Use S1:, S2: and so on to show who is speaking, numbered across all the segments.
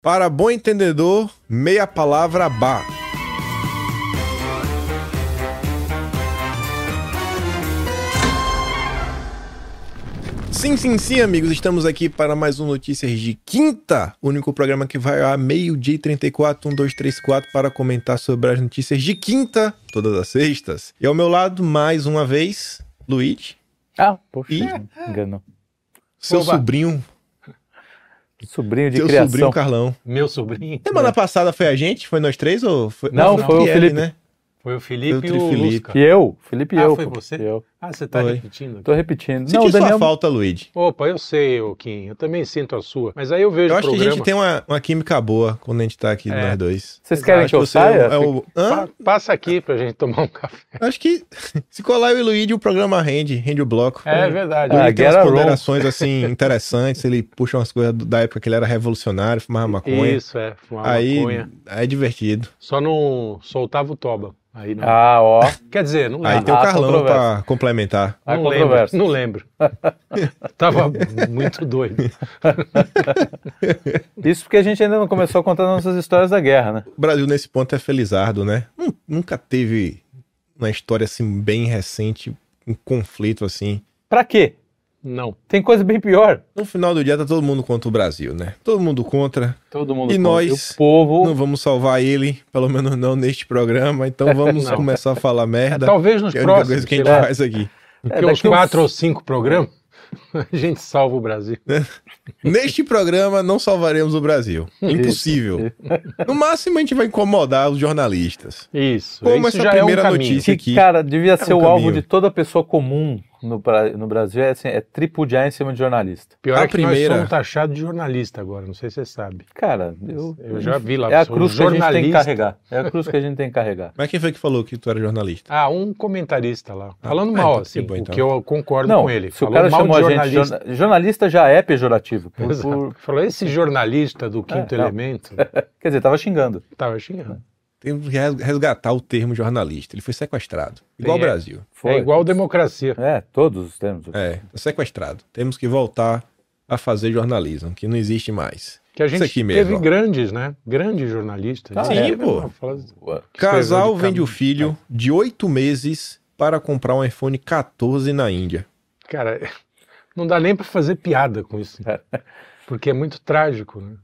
S1: Para bom entendedor, meia palavra bah. Sim, sim, sim, amigos, estamos aqui para mais um Notícias de Quinta, o único programa que vai a meio-dia e um, 34, 1, 2, 3, 4, para comentar sobre as notícias de quinta, todas as sextas. E ao meu lado, mais uma vez, Luiz,
S2: Ah, poxa,
S1: Ih.
S2: enganou.
S1: seu
S3: Oba.
S1: sobrinho,
S2: Sobrinho de
S1: seu
S2: criação. É.
S1: sobrinho Carlão.
S3: Meu sobrinho.
S1: Semana passada foi a gente? Foi nós três ou foi...
S2: Não, foi o
S1: Guilherme,
S2: Felipe.
S1: né?
S3: Foi o
S1: Foi o
S3: Felipe e o
S1: Trifelipe.
S3: Lusca.
S2: E eu, Felipe e
S3: Ah,
S2: eu.
S3: foi
S2: pô.
S3: você?
S2: E Eu.
S3: Ah, você tá
S1: Foi.
S3: repetindo?
S2: Tô repetindo.
S1: Senti
S2: não, o
S1: sua
S2: Daniel.
S1: falta, Luiz.
S3: Opa, eu sei, ô Kim. Eu também sinto a sua. Mas aí eu vejo
S1: Eu
S3: o
S1: acho
S3: programa.
S1: que a gente tem uma, uma química boa quando a gente tá aqui,
S3: É.
S1: nós dois.
S2: Vocês querem
S1: Acho
S2: que eu
S1: você é
S2: saia?
S1: o- é o- Hã?
S3: Pa- passa aqui pra gente tomar um café.
S1: Acho que se colar eu e o Luigi, o programa rende, rende o bloco.
S3: É
S1: verdade.
S3: verdade.
S2: Ah,
S1: Ele tem umas
S2: get a room.
S1: ponderações assim interessantes, ele puxa umas coisas do- da época que ele era revolucionário, fumava maconha.
S3: Isso, é. Fumar
S1: aí
S3: maconha.
S1: aí é divertido.
S3: Só não soltava o toba. Aí não.
S2: Ah, ó.
S3: Quer dizer, não
S1: Aí
S3: lembro.
S1: tem o
S2: há
S1: Carlão
S2: controvérsia.
S1: pra complementar.
S2: Há
S3: não, lembro.
S2: controvérsia.
S3: não lembro. Tava muito doido.
S2: Isso porque a gente ainda não começou a contar nossas histórias da guerra, né?
S1: O Brasil nesse ponto é felizardo, né? Nun- Nunca teve na história assim bem recente um conflito assim.
S2: Pra quê?
S3: Não.
S2: Tem coisa bem pior.
S1: No final do dia tá todo mundo contra o Brasil, né? Todo mundo contra.
S2: Todo mundo
S1: E
S2: contra.
S1: nós?
S2: O povo.
S1: Não vamos salvar ele, pelo menos não neste programa, então vamos
S3: Não.
S1: começar a falar merda.
S3: Talvez nos
S1: que é a única coisa
S3: próximos.
S1: que a gente
S3: sei lá,
S1: faz aqui.
S2: É,
S3: Porque uns
S2: daqui uns-
S3: quatro ou cinco programas, a gente salva o Brasil.
S1: Neste programa não salvaremos o Brasil. Impossível. No máximo a gente vai incomodar os jornalistas.
S3: Isso.
S1: Como
S3: isso
S1: essa
S3: já
S1: primeira
S3: é um caminho.
S1: notícia.
S2: que,
S1: aqui um
S2: cara, devia ser o alvo
S1: caminho.
S2: de toda pessoa comum no, Bra- no Brasil. É, assim, é tripudiar em cima de jornalista.
S3: Pior
S1: A
S3: é que
S1: primeira-
S3: nós somos taxados de jornalista agora, não sei se você sabe.
S2: Cara, eu,
S3: Eu já vi lá.
S2: é a
S3: sou
S2: cruz que a gente tem que
S3: jornalista.
S2: carregar. É a cruz que a gente tem que carregar.
S1: Mas quem foi que falou que tu era jornalista?
S3: Ah, um comentarista lá. Falando
S2: é,
S1: ah,
S3: mal,
S2: tá
S1: então
S3: assim,
S1: que bom, então.
S3: o que eu concordo
S2: Não,
S3: com ele.
S2: se o
S3: Falou
S2: cara
S3: mal
S2: chamou
S3: de
S2: a gente
S3: jornalista.
S2: jorna- jornalista já é pejorativo. por-
S3: Exato.
S2: por- É,
S3: Falou, esse jornalista do Quinto
S2: não.
S3: Elemento tá,
S2: quer dizer, tava xingando.
S3: tava xingando.
S1: Tem que res- resgatar o termo jornalista. Ele foi sequestrado. Igual o
S3: Tem, é.
S1: Brasil.
S2: Foi.
S3: É igual democracia.
S2: É, todos os termos.
S1: É, sequestrado. Temos que voltar a fazer jornalismo, que não existe mais.
S3: Que a gente
S1: aqui mesmo,
S3: teve
S1: ó.
S3: grandes, né? Grandes jornalistas.
S2: Ah,
S3: Sim,
S2: é?
S1: pô.
S3: assim.
S2: Ué.
S1: Casal vende o
S3: filho.
S1: filho de oito meses para comprar um iPhone 14 na Índia.
S3: Cara, não dá nem pra fazer piada com isso. Porque é muito trágico, né?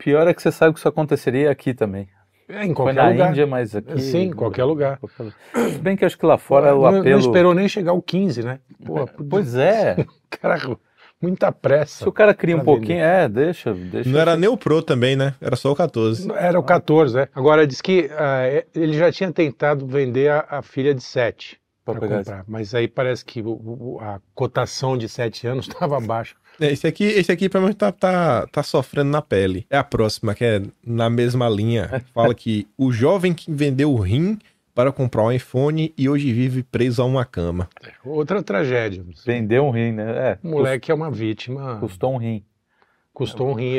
S2: Pior é que você sabe que isso aconteceria aqui também.
S3: É, em
S2: Foi
S3: qualquer
S2: na
S3: lugar.
S2: Índia, mas aqui.
S3: Sim, em qualquer lugar.
S2: Qualquer lugar. Se bem que acho que lá fora o
S3: não, não
S2: apelo.
S3: esperou nem chegar ao 15, né? Pô,
S2: Pois é.
S3: Caralho, muita pressa.
S2: Se o cara cria um
S3: Pra vender.
S2: pouquinho, é, deixa, deixa. assim.
S1: Não era nem o Pro também, né? Era só o 14.
S3: Era o 14, né? Agora diz que ah, é- ele já tinha tentado vender a, a filha de 7
S2: Pra
S3: para
S2: pegar
S3: comprar, mas aí parece que o- o- a cotação de 7 anos estava baixa.
S1: É, Esse aqui, esse aqui pelo menos tá, tá, tá sofrendo na pele. É a próxima, que é na mesma linha. Fala que o jovem que vendeu o rim para comprar um iPhone e hoje vive preso a uma cama.
S3: Outra tragédia.
S2: Vendeu um rim, né? É.
S3: O moleque é uma vítima,
S2: cus- Custou um rim.
S3: custou um rim.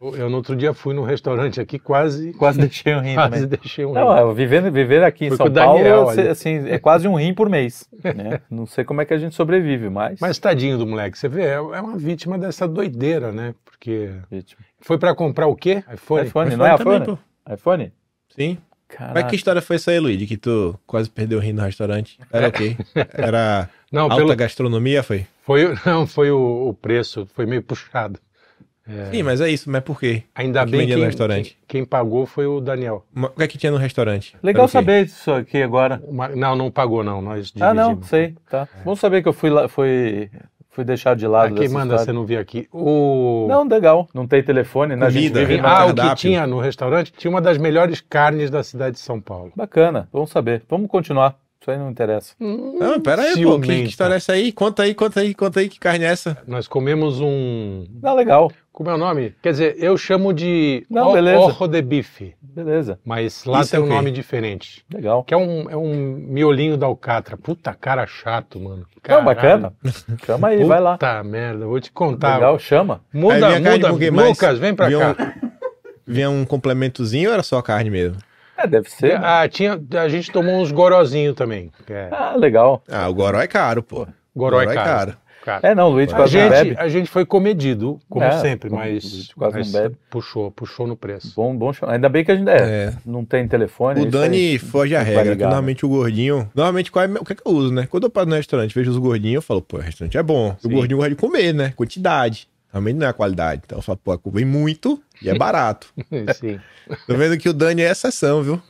S3: Eu, eu no outro dia fui num restaurante aqui, quase,
S2: Quase deixei um rim
S3: quase
S2: também.
S3: deixei um rim.
S2: Não, é, vivendo, viver aqui em
S3: Foi com
S2: São
S3: o Daniel
S2: Paulo,
S3: ali.
S2: cê- assim, é quase um rim por mês. né? Não sei como é que a gente sobrevive, mas.
S3: Mas tadinho do moleque, você vê, é, é uma vítima dessa doideira, né? Porque
S2: Vítima.
S3: foi para comprar o quê? iPhone?
S2: iPhone, não é
S1: também,
S2: iPhone?
S1: pô.
S2: iPhone?
S1: Sim. Mas
S2: Caraca.
S1: que história foi essa aí, Luigi, que tu quase perdeu o rim no restaurante? Era o quê? Era
S3: Não,
S1: alta
S3: pelo,
S1: gastronomia, foi?
S3: foi, o- não, foi o- o preço, foi meio puxado.
S1: Sim, mas é isso. Mas por quê?
S3: Ainda
S1: Que
S3: bem
S1: vendia
S3: que
S1: no restaurante.
S3: Quem, quem pagou foi o Daniel.
S1: Ma- O que é que tinha no restaurante? Era
S2: Legal
S1: o quê?
S2: saber disso aqui agora.
S3: Uma- não, não pagou, não. Nós dividimos.
S2: Ah, não, sei, tá. Vamos saber que eu fui lá, fui, fui deixado de lado.
S3: Ah, quem
S2: dessa
S3: manda você
S2: história.
S3: não vir aqui? O...
S2: Não, legal. Não tem telefone, né? A gente
S1: Comida.
S2: vive numa-
S3: ah, o que
S1: cardápio.
S3: tinha no restaurante tinha uma das melhores carnes da cidade de São Paulo.
S2: Bacana, vamos saber. Vamos continuar. Isso aí não interessa.
S1: Não, Ah, pera aí, pô. Que, que
S3: Ciumenta.
S1: história é essa aí? Conta aí, conta aí, conta aí. Que carne é essa?
S3: Nós comemos um.
S2: Não, Ah, legal.
S3: Como é o nome? Quer dizer, eu chamo de
S2: Não,
S3: o-
S2: beleza.
S3: orro de bife,
S2: Beleza,
S3: mas lá
S1: Isso
S3: tem
S1: é o
S3: um
S1: quê?
S3: nome diferente.
S2: legal.
S3: Que é um, é um miolinho da alcatra. Puta cara chato, mano.
S2: Não,
S3: Caralho.
S2: bacana. Chama aí,
S3: Puta tá.
S2: vai lá.
S3: merda, vou te contar.
S2: Legal, chama.
S1: Aí
S3: Muda,
S1: vinha carne
S3: muda.
S1: com o que mais?
S3: Lucas, vem pra
S1: Vinha
S3: cá.
S1: um- Vinha um complementozinho ou era só a carne mesmo?
S2: É, deve ser. né?
S3: Ah, tinha, a gente tomou uns gorozinho também. que é-
S2: Ah, legal.
S1: Ah, o goró é caro, pô.
S3: goró é caro. cara.
S2: É, não, o Luigi
S3: a,
S2: quase não
S3: gente,
S2: bebe.
S3: a gente foi comedido, como
S2: É,
S3: sempre,
S2: como
S3: mas,
S2: de quase não
S3: mas
S2: bebe.
S3: puxou, puxou no preço.
S2: Bom, bom chamar. Ainda bem que a gente é,
S1: É.
S2: não tem telefone.
S1: O
S2: isso
S1: Dani
S2: aí
S1: foge a
S2: vai
S1: regra, que
S2: ligar, né?
S1: normalmente o gordinho. Normalmente, qual é, o que, é que eu uso, né? Quando eu paro no restaurante, vejo os gordinhos, eu falo, pô, o restaurante é bom. O
S2: Sim.
S1: gordinho gosta de comer, né? Quantidade. Realmente não é a qualidade. Então eu falo, pô, vem muito e é barato.
S3: Sim.
S1: Tô vendo que o Dani é exceção, viu?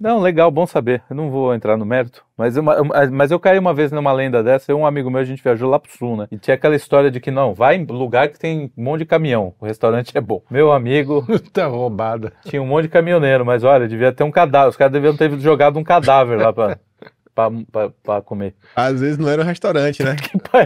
S2: Não, legal, bom saber. Eu não vou entrar no mérito, mas eu, mas eu caí uma vez numa lenda dessa. Eu e um amigo meu, a gente viajou lá pro sul, né? E tinha aquela história de que não, vai em lugar que tem um monte de caminhão, o restaurante é bom. Meu amigo,
S3: tá roubada.
S2: tinha um monte de caminhoneiro, mas olha, devia ter um cadáver. Os caras deviam ter jogado um cadáver lá pra, pra, pra, pra comer.
S1: Às vezes não era um restaurante, né?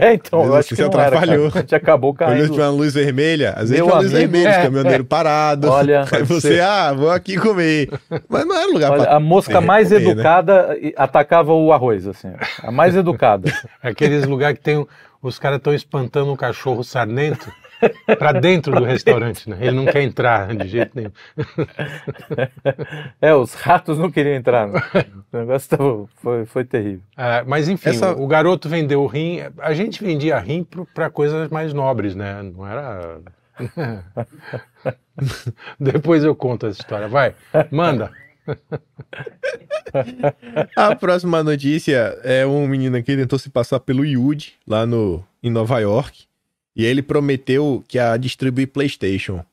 S2: É, então,
S1: Às
S2: eu
S1: vezes
S2: acho que
S1: você
S2: não era, cara.
S1: atrapalhou.
S2: A gente acabou
S1: Quando
S2: caindo.
S1: tiver uma luz vermelha, às vezes
S2: Meu
S1: tem uma luz
S2: amigo,
S1: vermelha,
S2: é,
S1: de caminhoneiro parado.
S2: Olha,
S1: Aí
S2: pode
S1: você,
S2: ser.
S1: ah, vou aqui comer. Mas não era lugar
S2: Olha,
S1: pra.
S2: a mosca
S1: é,
S2: mais
S1: comer, né?
S2: educada eh, atacava o arroz, assim. ó. A mais educada.
S3: Aqueles lugares que tem. o- Os caras estão espantando um cachorro sarnento pra dentro do restaurante, né? Ele não quer entrar de jeito nenhum.
S2: É, os ratos não queriam entrar. né? O negócio tava, foi, foi terrível.
S3: Ah, mas enfim,
S1: Essa-
S3: o garoto vendeu o rim. A gente vendia rim para coisas mais nobres, né? Não era. Depois eu conto essa história. Vai, manda.
S1: A próxima notícia é um menino aqui tentou se passar pelo Yude lá no, em Nova York. E ele prometeu que ia distribuir PlayStation.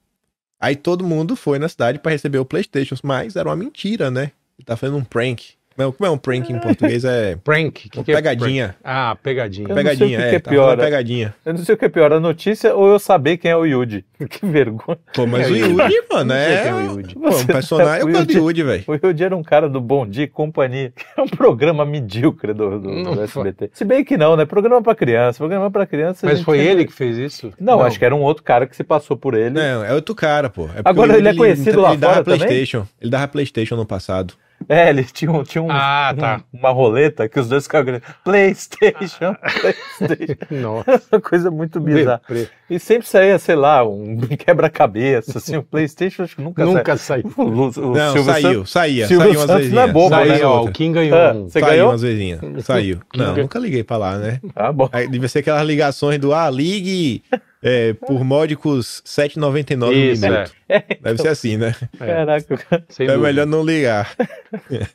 S1: Aí todo mundo foi na cidade pra receber o PlayStation, mas era uma mentira, né? Ele tá fazendo um prank. Não, como é um prank em português? É
S3: Prank. Que
S1: uma
S3: que é
S1: pegadinha.
S3: prank? Ah, pegadinha.
S2: Eu não sei o
S1: Pegadinha,
S2: que
S1: é.
S2: que é
S1: tá fazendo
S2: pior,
S1: uma
S2: né?
S1: pegadinha.
S2: Eu não sei o que é pior, a notícia ou eu saber quem é o Yudi. Que vergonha.
S1: Pô, mas
S3: É
S1: o
S3: Yude.
S1: Yude, mano,
S2: Não sei
S1: é.
S2: quem é o Yude.
S1: Pô, um personagem. Eu
S2: O
S1: gosto do
S2: Yude-
S1: Yude, velho.
S2: O Yudi era um cara do Bom Dia e Companhia, que é um programa medíocre do, do- do
S3: Não
S2: SBT. Se bem que não, né? Programa pra criança. Programa pra criança. a
S3: Mas
S2: gente
S3: foi
S2: sempre-
S3: ele que fez isso?
S2: Não, acho que era um outro cara que se passou por ele.
S1: Não, é outro cara, pô. É porque
S2: Agora
S1: o
S2: ele é conhecido lá
S1: ele dava
S2: fora também?
S1: PlayStation. Ele dava PlayStation no passado.
S2: É, ele tinha, um- tinha um,
S3: Ah,
S2: um-
S3: tá.
S2: uma roleta que os dois ficavam gritando, Playstation, Playstation.
S3: Nossa.
S2: Uma coisa muito bizarra.
S3: deprê.
S2: E sempre saía, sei lá, um quebra-cabeça, assim, o Playstation acho que nunca
S3: Nunca saiu.
S2: saiu. O, o- o
S1: não,
S2: Silvio
S1: saiu,
S2: Santos-
S1: saía.
S2: Silvio
S1: saiu umas
S2: Santos não é
S1: vezinhas.
S2: bobo,
S1: saiu
S2: né?
S1: outra.
S3: Saiu, ó, o Kim ganhou
S2: Ah,
S3: um.
S2: você
S1: saiu
S2: ganhou?
S1: umas vezinhas. Saiu. Não, nunca liguei pra lá, né?
S2: Ah, bom.
S1: Aí devia ser aquelas ligações do Ah, ligue é, por módicos 7,99 no
S3: Isso, é.
S1: minuto. Deve ser assim, né?
S2: Caraca.
S3: Sem
S1: Então é
S3: dúvida.
S1: melhor não ligar.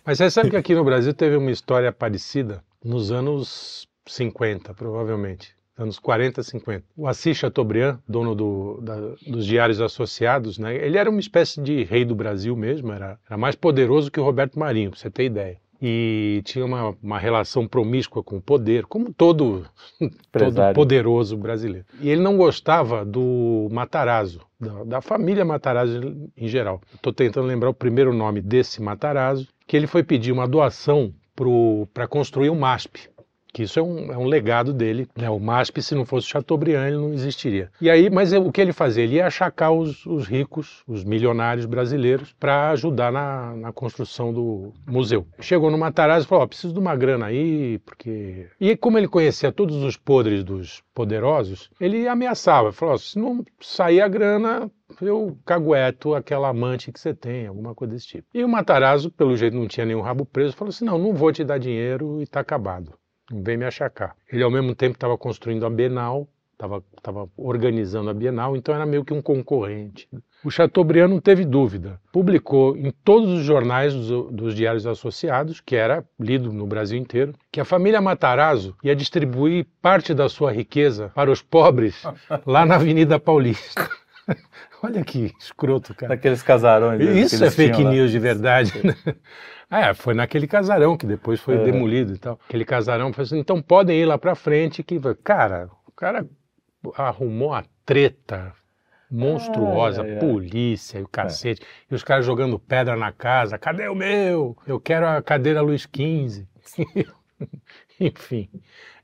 S3: Mas você sabe que aqui no Brasil teve uma história parecida nos anos 50, provavelmente. Anos 40, 50. O Assis Chateaubriand, dono do- da- dos Diários Associados, né, ele era uma espécie de rei do Brasil mesmo, era, era mais poderoso que o Roberto Marinho, pra você ter ideia. E tinha uma, uma relação promíscua com o poder, como todo, todo
S2: é Empresário.
S3: poderoso brasileiro. E ele não gostava do Matarazzo, da, da família Matarazzo em geral. Estou tentando lembrar o primeiro nome desse Matarazzo, que ele foi pedir uma doação para construir o MASP. Que isso é um, é um legado dele. né? O MASP, se não fosse Chateaubriand, ele não existiria. E aí, mas o que ele fazia? Ele ia achacar os, os ricos, os milionários brasileiros, para ajudar na, na construção do museu. Chegou no Matarazzo e falou: ó, preciso de uma grana aí, porque. E como ele conhecia todos os podres dos poderosos, ele ameaçava: falou, ó, se não sair a grana, eu cagueto aquela amante que você tem, alguma coisa desse tipo. E o Matarazzo, pelo jeito, não tinha nenhum rabo preso, falou assim: não, não vou te dar dinheiro e tá acabado. Não vem me achacar. Ele, ao mesmo tempo, estava construindo a Bienal, estava organizando a Bienal, então era meio que um concorrente. O Chateaubriand não teve dúvida. Publicou em todos os jornais dos, dos diários associados, que era lido no Brasil inteiro, que a família Matarazzo ia distribuir parte da sua riqueza para os pobres lá na Avenida Paulista. Olha que escroto, cara.
S2: Daqueles casarões. né, que
S3: Isso é
S2: eles
S3: fake
S2: tinham lá.
S3: news de verdade, né? É, foi naquele casarão que depois foi
S2: É.
S3: demolido e tal. Aquele casarão foi assim, então podem ir lá pra frente que, vai- cara, o cara arrumou uma treta monstruosa,
S2: Ai, É. ai, ai.
S3: polícia e o cacete, e os caras jogando pedra na casa, cadê o meu? Eu quero a cadeira Luiz XV. Enfim,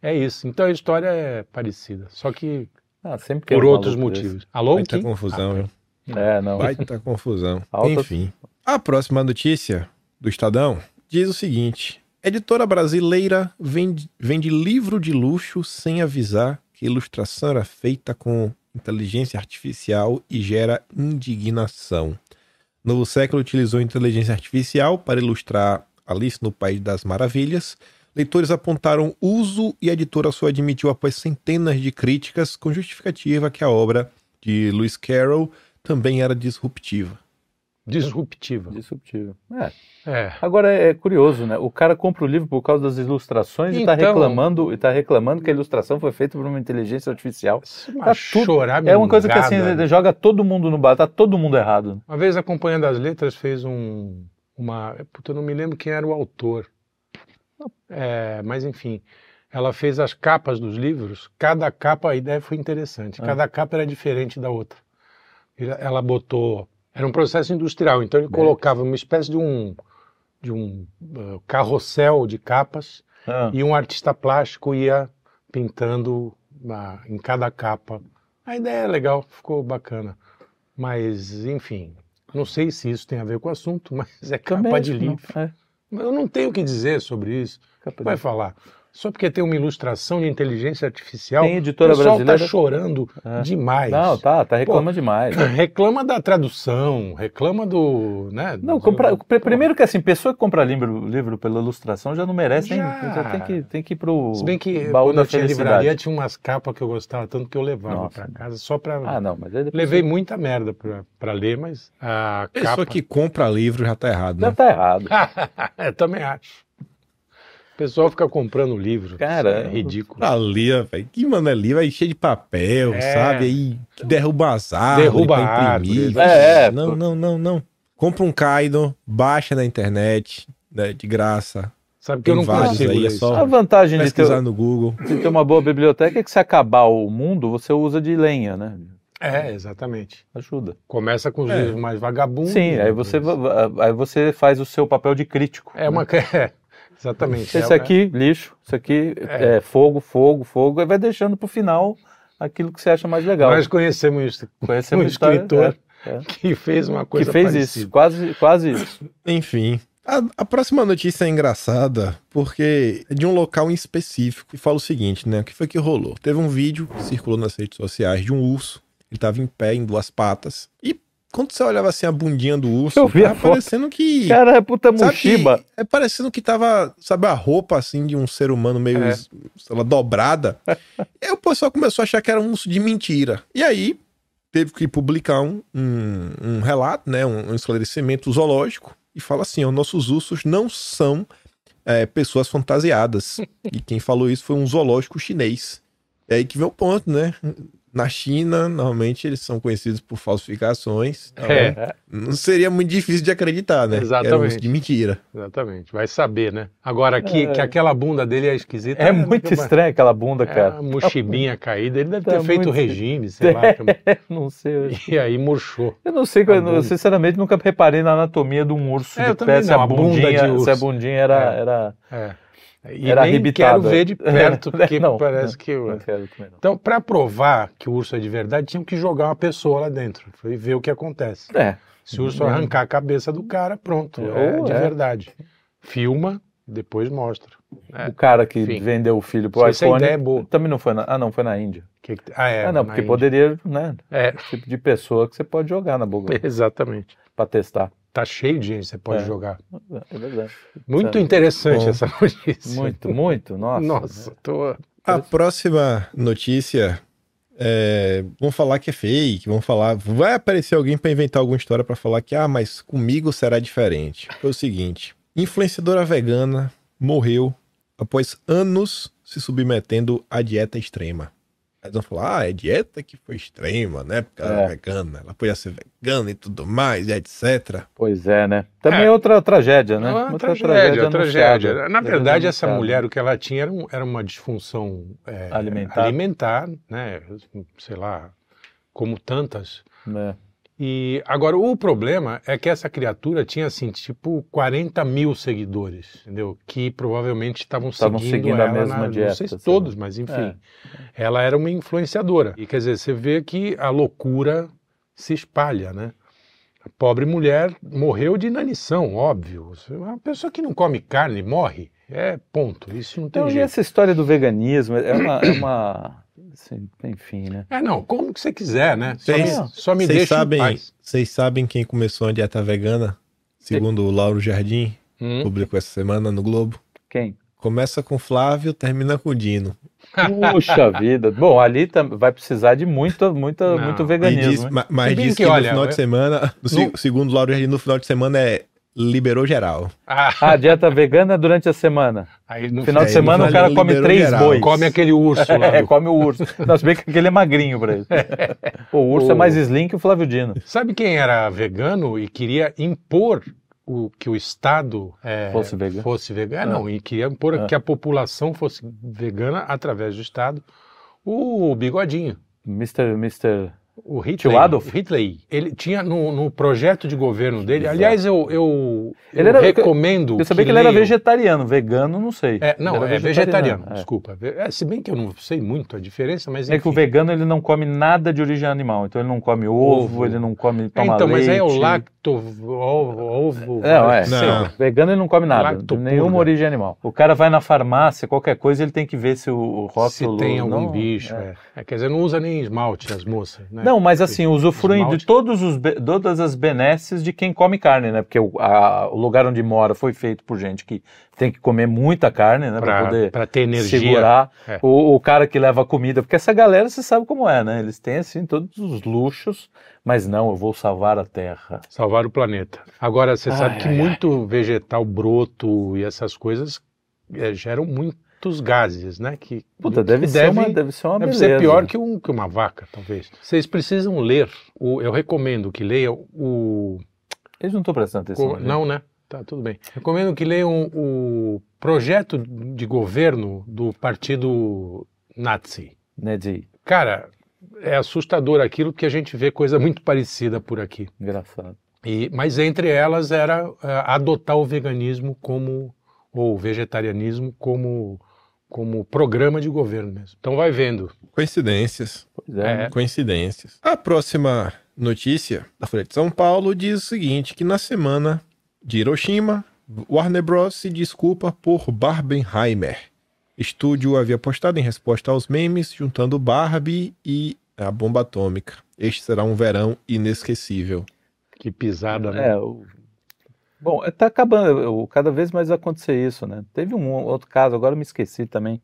S3: é isso. Então a história é parecida, só que
S2: Ah, sempre tem
S3: por
S2: um
S3: outros
S2: maluco
S3: motivos. Alô,
S1: Vai tá
S3: Kim? Ah,
S1: confusão, viu?
S2: desse. É, não.
S1: Vai tá confusão.
S2: Altas-
S1: Enfim. A próxima notícia do Estadão diz o seguinte: editora brasileira vende, vende livro de luxo sem avisar que a ilustração era feita com inteligência artificial e gera indignação. Novo Século utilizou inteligência artificial para ilustrar Alice no País das Maravilhas Leitores apontaram uso e a editora só admitiu após centenas de críticas, com justificativa que a obra de Lewis Carroll também era disruptiva.
S3: Disruptiva.
S2: Disruptivo. É.
S3: É.
S2: Agora é curioso, né? O cara compra o livro por causa das ilustrações e tá
S3: Então-
S2: reclamando, e tá reclamando que a ilustração foi feita por uma inteligência artificial.
S3: Uma
S2: Tá tudo-
S3: chorar
S2: É uma coisa que assim joga todo mundo no bar, tá todo mundo errado.
S3: Uma vez a Companhia das Letras fez um, uma. Puta, eu não me lembro quem era o autor. É, mas enfim, ela fez as capas dos livros. Cada capa, a ideia foi interessante.
S2: Ah.
S3: Cada capa era diferente da outra. Ele- Ela botou. Era um processo industrial, então ele
S2: Bem.
S3: colocava uma espécie de um, de um ah, carrossel de capas
S2: Ah.
S3: e um artista plástico ia pintando na- em cada capa. A ideia é legal, ficou bacana. Mas, enfim, não sei se isso tem a ver com o assunto, mas é capa
S2: Também,
S3: de
S2: não-
S3: livro.
S2: é,
S3: Eu não tenho o que dizer sobre isso.
S2: capa de
S3: Vai
S2: livro.
S3: falar. Só porque tem uma ilustração de inteligência artificial,
S2: Tem editora
S3: o pessoal
S2: brasileira.
S3: tá chorando
S2: É.
S3: demais.
S2: Não, tá, tá reclamando demais.
S3: Reclama da tradução, reclama do. Né,
S2: Não,
S3: do-
S2: comprar, pr- primeiro que assim, pessoa que compra livro, livro pela ilustração já não merece, nem-
S3: Já.
S2: já tem que, tem que ir pro
S3: Se bem que
S2: baú
S3: quando
S2: da
S3: eu tinha
S2: felicidade.
S3: livraria, tinha umas capas que eu gostava tanto que eu levava
S2: Nossa.
S3: para casa só para
S2: Ah, não, mas aí depois...
S3: Levei muita merda pra, pra ler, mas a
S1: Pessoa
S3: capa...
S1: que compra livro já tá errado,
S2: Já
S1: né?
S2: tá errado.
S3: Ah, Eu também acho. O pessoal fica comprando livro.
S2: Cara,
S3: Isso é ridículo.
S1: Pra ler, "Ah, velho. Que mano é livro aí cheio de papel,
S3: É.
S1: sabe? Aí derruba as árvores
S3: Derruba
S1: pra imprimir.
S3: a árvore. né?
S2: É, é,
S1: não,
S2: pô.
S1: não, não, não. Compra um Kaido, baixa na internet, né, de graça.
S3: Sabe que eu
S1: Tem
S3: não
S1: vários
S3: consigo
S1: aí,
S3: ler
S1: é só-
S2: A vantagem de ter,
S1: Pesquisar no Google.
S2: de ter uma boa biblioteca é que se acabar o mundo, você usa de lenha, né?
S3: isso. É, exatamente.
S2: Ajuda.
S3: Começa com os
S1: É.
S3: livros mais vagabundos.
S2: Sim, aí
S3: depois-
S2: você, va- va- aí você faz o seu papel de crítico. né?
S3: É uma... É, exatamente.
S2: Esse
S3: É-
S2: aqui, lixo. Isso aqui é.
S3: É.
S2: fogo, fogo, fogo. E vai deixando pro final aquilo que você acha mais é legal.
S3: Nós conhecemos isso.
S2: Conhecer
S3: Um
S2: uma história,
S3: escritor
S2: é, é.
S3: que fez uma
S2: que
S3: coisa
S2: fez
S3: parecida.
S2: isso, quase, quase isso.
S1: Enfim. A, a próxima notícia é engraçada, porque é de um local em específico. E fala o seguinte, né? O que foi que rolou? Teve um vídeo que circulou nas redes sociais de um urso. Ele tava em pé, em duas patas. E quando você olhava assim a bundinha do urso,
S2: Eu vi a
S1: tava
S2: foto.
S1: parecendo que.
S2: Cara, é puta
S1: sabe que-
S2: mochiba.
S1: é parecendo que tava, sabe, a roupa assim de um ser humano meio,
S3: É.
S1: es- sei lá, dobrada. e aí o pessoal começou a achar que era um urso de mentira. E aí teve que publicar um, um, um relato, né, um, um esclarecimento zoológico, e fala assim: ó, nossos ursos não são é, pessoas fantasiadas. e quem falou isso foi um zoológico chinês. É aí que vem o ponto, né? Na China, normalmente eles são conhecidos por falsificações. Então,
S3: É,
S1: Não seria muito difícil de acreditar, né? Que Era um urso
S3: Exatamente.
S1: de mentira.
S3: exatamente. Vai saber, né? Agora, que,
S2: É.
S3: que aquela bunda dele é esquisita.
S2: É muito
S3: estranho.
S2: estranha aquela bunda,
S3: É,
S2: cara.
S3: a mochibinha caída. Ele deve
S2: Tá
S3: ter feito
S2: muito-
S3: regime, sei lá. que- é
S2: Não sei.
S3: E aí murchou.
S2: Eu não sei,
S3: A
S2: eu não-
S3: bunda.
S2: sinceramente nunca reparei na anatomia de um urso
S3: É,
S2: de
S3: eu também
S2: pé, se a
S3: não, a bunda de
S2: bundinha, se a
S3: urso.
S2: bundinha era...
S3: É.
S2: era...
S3: É. E
S2: Era
S3: nem
S2: arrebitado,
S3: quero ver de
S2: é.
S3: perto, porque
S2: Não,
S3: parece que...
S2: Não quero comer, não.
S3: Então, para provar que o urso é de verdade, tinham que jogar uma pessoa lá dentro e ver o que acontece.
S2: É,
S3: Se o urso arrancar a cabeça do cara, pronto, é
S2: Ou
S3: de
S2: é.
S3: verdade. Filma, depois mostra. É.
S2: o cara que
S3: Enfim.
S2: vendeu o filho pro
S3: Se essa
S2: iPhone
S3: ideia é boa.
S2: também não foi na... Ah, não, foi na Índia.
S3: Que que- Ah, é.
S2: ah, não,
S3: na
S2: porque
S3: Índia.
S2: poderia, né?
S3: É,
S2: Tipo de pessoa que você pode jogar na boca
S3: exatamente.
S2: pra testar.
S3: Tá cheio de gente que você pode
S2: É.
S3: jogar.
S2: É verdade.
S3: Muito
S2: Tá.
S3: interessante
S1: Bom.
S3: essa notícia.
S2: Muito, muito, nossa. né?
S3: Nossa, tô...
S1: A próxima notícia é, vão falar que é fake, vão falar, vai aparecer alguém pra inventar alguma história pra falar que ah, mas comigo será diferente. Foi o seguinte, influenciadora vegana morreu após anos se submetendo à dieta extrema. Eles vão falar, ah, é dieta que foi extrema, né? Porque ela
S2: É.
S1: era vegana, ela podia ser vegana e tudo mais, e etc.
S2: Pois é, né? Também
S3: É.
S2: é outra tragédia,
S3: É
S2: né?
S3: uma
S2: outra
S3: tragédia, uma
S2: anunciada.
S3: tragédia. Na
S2: Tragédia
S3: verdade, essa
S2: anunciada.
S3: mulher, o que ela tinha era, um- era uma disfunção é,
S2: Alimentar.
S3: alimentar, né? Sei lá, como tantas.
S2: Né?
S3: E agora, o problema é que essa criatura tinha, assim, tipo 40 mil seguidores, entendeu? Que provavelmente estavam
S2: Estavam
S3: seguindo,
S2: seguindo a
S3: ela,
S2: mesma
S3: na-
S2: dieta, assim, né? É.
S3: não sei se
S2: sei
S3: todos, mas enfim. Ela era uma influenciadora. E quer dizer, você vê que a loucura se espalha, né? A pobre mulher morreu de inanição, óbvio. Uma pessoa que não come carne morre. É ponto. Isso não tem
S2: Então, e
S3: jeito.
S2: essa história do veganismo é uma. É uma assim, enfim, né?
S3: É, não, como que você quiser, né? Só
S1: Tem-
S3: me, só me
S1: Vocês
S3: deixa em
S1: sabem,
S3: paz.
S1: vocês sabem quem começou a dieta vegana? Segundo o Lauro Jardim,
S3: Hum.
S1: publicou essa semana no Globo.
S2: Quem?
S1: Começa com Flávio, termina com Dino.
S2: Puxa vida. Bom, ali tam- vai precisar de muito, muita,
S3: Não.
S2: muito
S1: E
S2: veganismo. né?
S1: diz,
S2: hein?
S1: ma- mas
S3: Se né? bem
S1: diz que,
S3: que,
S1: no
S3: olha, né?
S1: final
S3: eu-
S1: de semana, no se-
S3: Não-
S1: segundo Lauro Jardim, no final de semana é liberou geral.
S3: Ah,
S2: Ah, dieta vegana durante a semana.
S3: aí no
S2: No final
S1: É,
S2: de
S1: ele
S2: semana o
S1: falou
S2: cara come
S1: liberou
S2: três
S1: geral.
S2: bois.
S3: come aquele urso lá.
S2: É,
S3: do-
S2: come o urso. Não, se bem que aquele é magrinho pra ele. O urso é mais slim que o Flávio Dino.
S3: Sabe quem era vegano e queria impor o que o Estado é,
S2: Fosse vegano.
S3: fosse vegano? Não, e queria impor
S2: Ah.
S3: que a população fosse vegana através do Estado. O bigodinho.
S2: Mr. Mr.
S3: O Hitler,
S2: Tio Adolf?
S3: Hitler, ele tinha no, no projeto de governo dele,
S2: Exato.
S3: aliás, eu, eu,
S2: Ele
S3: eu
S2: era-
S3: recomendo.
S2: Eu sabia que, ele era
S3: leiam-
S2: vegetariano, vegano, não sei.
S3: É, não,
S2: Ele era
S3: é vegetariano,
S2: é.
S3: desculpa. É, se bem que eu não sei muito a diferença, mas.
S2: É que o
S3: enfim.
S2: vegano ele não come nada de origem animal. Então ele não come ovo,
S3: Ovo.
S2: ele não come
S3: É,
S2: toma
S3: então, mas aí é o
S2: leite.
S3: lacto. Ovo. ovo
S2: É, ué.
S3: sei
S1: Não.
S3: lá.
S2: Vegano ele não come nada, de
S3: Lactopurga.
S2: nenhuma origem animal. O cara vai na farmácia, qualquer coisa, ele tem que ver se o, o rótulo...
S3: Se tem algum
S2: não,
S3: bicho,
S2: é.
S3: é. É, Quer dizer, não usa nem esmalte as moças, né?
S2: Não, mas assim, usufruem
S3: Esmalte.
S2: de todos os be- todas as benesses de quem come carne, né? Porque o, a- o lugar onde mora foi feito por gente que tem que comer muita carne, né? Pra,
S3: pra,
S2: poder
S3: pra ter energia.
S2: segurar.
S3: É.
S2: O, o cara que leva comida, porque essa galera, você sabe como é, né? Eles têm, assim, todos os luxos, mas não, eu vou salvar a terra.
S3: Salvar o planeta. Agora, você
S2: Ai,
S3: sabe que
S2: ai,
S3: muito vegetal broto e essas coisas eh, geram muitos gases, né? Que,
S2: Puta,
S3: que
S2: deve, ser uma, deve ser uma
S3: deve
S2: beleza.
S3: ser pior que, um, que uma vaca, talvez. Vocês precisam ler, o- eu recomendo que leiam o...
S2: Eles não estão prestando atenção.
S3: o-
S2: né?
S3: não, né? Tá, tudo bem. Recomendo que leiam o projeto de governo do partido nazi.
S2: Né, de...
S3: Cara, é assustador aquilo porque a gente vê coisa muito parecida por aqui.
S2: Engraçado.
S3: E- mas entre elas era eh, adotar o veganismo como ou o vegetarianismo como como programa de governo mesmo. Então vai vendo.
S1: Coincidências.
S2: Pois é. né?
S1: Coincidências. A próxima notícia da Folha de São Paulo diz o seguinte: que na semana de Hiroshima, Warner Bros. se desculpa por Barbenheimer. Estúdio havia postado em resposta aos memes, juntando Barbie e a bomba atômica. Este será um verão inesquecível.
S3: Que pisada, né?
S2: É, o... Bom, tá acabando, eu- cada vez mais vai acontecer isso, né? Teve um outro caso, agora eu me esqueci também,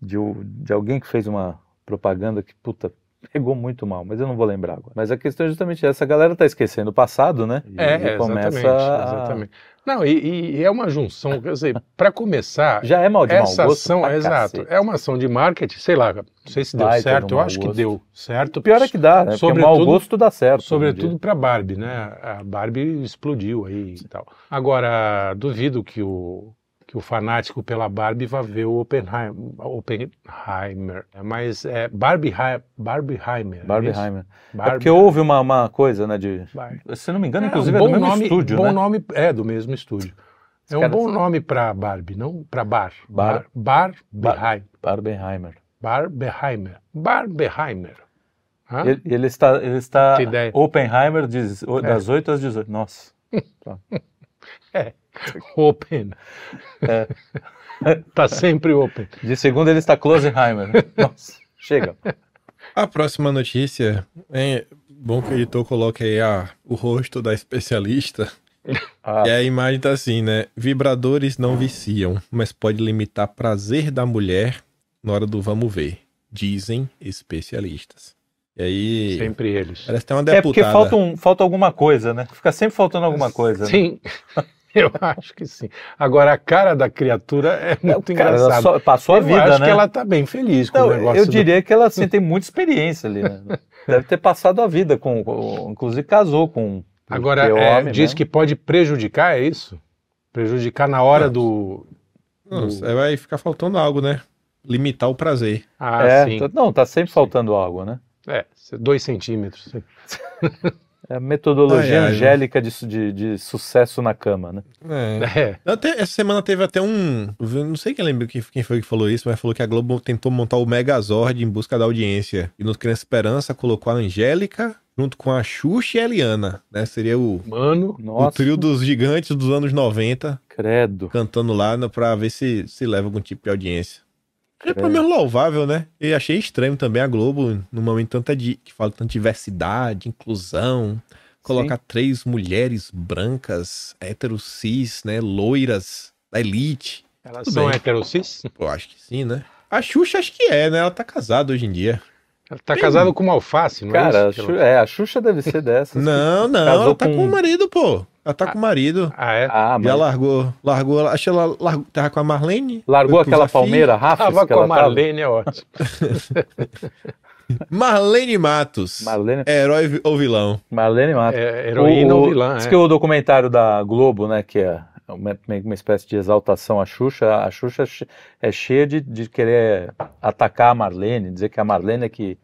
S2: de, o- de alguém que fez uma propaganda que, puta, pegou muito mal, mas eu não vou lembrar agora. Mas a questão é justamente essa, a galera tá esquecendo o passado, né? E,
S3: É,
S2: e começa
S3: exatamente,
S2: a-
S3: exatamente. Não, e, e- e é uma junção, quer dizer, para começar,
S2: Já é mal de
S3: essa
S2: mau gosto
S3: ação,
S2: pra
S3: exato,
S2: cacete.
S3: é uma ação de marketing, sei lá, não sei se deu
S2: Baita
S3: certo,
S2: do
S3: eu
S2: mau
S3: acho que
S2: gosto.
S3: deu certo.
S2: O pior é que dá, né? Porque
S3: Sobretudo-
S2: mau gosto dá certo. hoje em
S3: Sobretudo
S2: dia.
S3: para Barbie, né? A Barbie explodiu aí e tal. Agora, duvido que o, que o fanático pela Barbie vá ver o Oppenheim- Oppenheimer. Mas é Barbie, Barbieheimer. isso?
S2: Barbenheimer. É
S3: Barbie,
S2: porque houve uma, uma coisa, né, de...
S3: Bar-
S2: Se não me engano,
S3: É,
S2: inclusive é
S3: um
S2: do
S3: bom
S2: mesmo
S3: nome,
S2: estúdio,
S3: bom
S2: né?
S3: nome é do mesmo estúdio. É um
S2: caras-
S3: bom nome para Barbie, não para bar.
S2: Bar-
S3: Bar, Barbieheimer.
S2: Barbenheimer.
S3: Barbieheimer. Barbieheimer. Hã?
S2: Ele, ele está, ele está
S3: Que ideia. É.
S2: Oppenheimer diz, o- das 8 às 18. Nossa.
S3: Open.
S2: É.
S3: tá sempre open.
S2: De segunda ele está Closeheimer. Nossa. Chega.
S1: A próxima notícia é bom que o editor coloque aí a- o rosto da especialista.
S2: Ah,
S1: E a imagem tá assim, né? Vibradores não viciam, mas pode limitar prazer da mulher na hora do vamos ver, dizem especialistas. E aí,
S3: Sempre eles.
S1: parece que tem uma
S2: É porque
S1: deputada.
S2: falta, um, falta alguma coisa, né? Fica sempre faltando alguma coisa. né?
S3: Sim, eu acho que sim. Agora, a cara da criatura é muito
S2: Cara, ela
S3: engraçada.
S2: só- passou a
S3: eu
S2: vida,
S3: acho
S2: né?
S3: que ela tá bem feliz com
S2: Não,
S3: o negócio.
S2: eu
S3: do-
S2: diria que ela assim, tem muita experiência ali, né? Deve ter passado a vida com. com- inclusive casou com. um.
S3: Agora,
S2: porque
S3: é,
S2: homem né?
S3: diz
S2: mesmo.
S3: que pode prejudicar, é isso? Prejudicar na hora do...
S2: um
S1: Não, é, vai ficar faltando algo, né? Limitar o prazer.
S3: Ah,
S2: É,
S3: sim.
S2: tá- não, tá sempre faltando algo, né?
S3: É, dois centímetros. sim.
S2: É a metodologia
S1: Ai, ai,
S2: angélica de su- de, de sucesso na cama, né?
S1: É.
S3: É,
S1: Até- essa semana teve até um. eu Não sei quem lembra quem quem foi que falou isso, mas falou que a Globo tentou montar o Megazord em busca da audiência. E no Criança Esperança colocou a Angélica junto com a Xuxa e a Eliana. Né? Seria o,
S3: mano,
S1: o
S2: Nossa,
S1: trio dos gigantes dos anos 90.
S2: credo.
S1: cantando lá né, pra ver se, se leva algum tipo de audiência. É
S2: Credo.
S1: pelo menos louvável, né? E achei estranho também a Globo, no momento tanta di- que fala tanto diversidade, inclusão, colocar três mulheres brancas, hétero cis, né, loiras, da elite,
S2: Tá
S3: Elas
S1: Tudo
S3: são
S1: bem.
S3: heterossis?
S1: Eu acho que sim, né? A Xuxa acho que é, né? Ela tá casada hoje em dia.
S3: Ela tá casada com uma alface, não
S2: Cara,
S3: é
S2: a
S3: isso?
S2: Xu- é, a Xuxa deve ser dessas.
S1: Não, não,
S2: casou
S1: ela tá com...
S2: com
S1: o marido, pô. Ela tá com o marido.
S3: Ah, é?
S2: Ah,
S1: Já
S2: mas
S1: largou, largou, ela- acho que ela largou, tava com a Marlene.
S2: largou
S1: foi com o
S2: aquela
S1: Zafir.
S2: palmeira Rafa
S3: Tava
S2: que
S3: com a
S2: ela tá tava?
S3: Marlene, é ótimo.
S1: Marlene Matos.
S2: Marlene,
S1: É, Herói vi- ou vilão?
S2: Marlene Matos.
S3: É, heroína
S2: Ah, O-
S3: ou vilã,
S2: Diz
S3: é.
S2: que o documentário da Globo, né, que é uma, uma espécie de exaltação à Xuxa, a Xuxa é che- é cheia de, de querer atacar a Marlene, dizer que a Marlene é que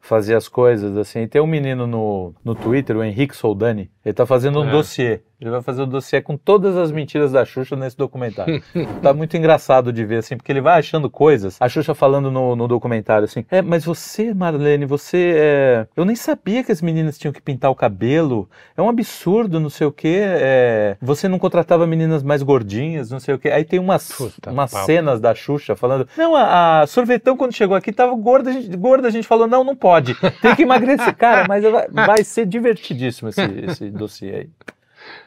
S2: fazia as coisas, assim. E tem um menino no, no Twitter, o Henrique Soldani, ele tá fazendo um
S3: Ah.
S2: dossiê. Ele vai fazer um dossiê com todas as mentiras da Xuxa nesse documentário. tá muito engraçado de ver, assim, porque ele vai achando coisas. A Xuxa falando no, no documentário, assim, é, mas você, Marlene, você é... Eu nem sabia que as meninas tinham que pintar o cabelo. É um absurdo, não sei o quê. é, Você não contratava meninas mais gordinhas, não sei o quê. Aí tem umas,
S3: Puta
S2: umas
S3: pau.
S2: cenas da Xuxa falando... Não, a, a sorvetão, quando chegou aqui, tava gorda. A gente, gorda, a gente falou, não, não pode. Tem que emagrecer. Cara, mas vai, vai ser divertidíssimo esse, esse dossiê aí.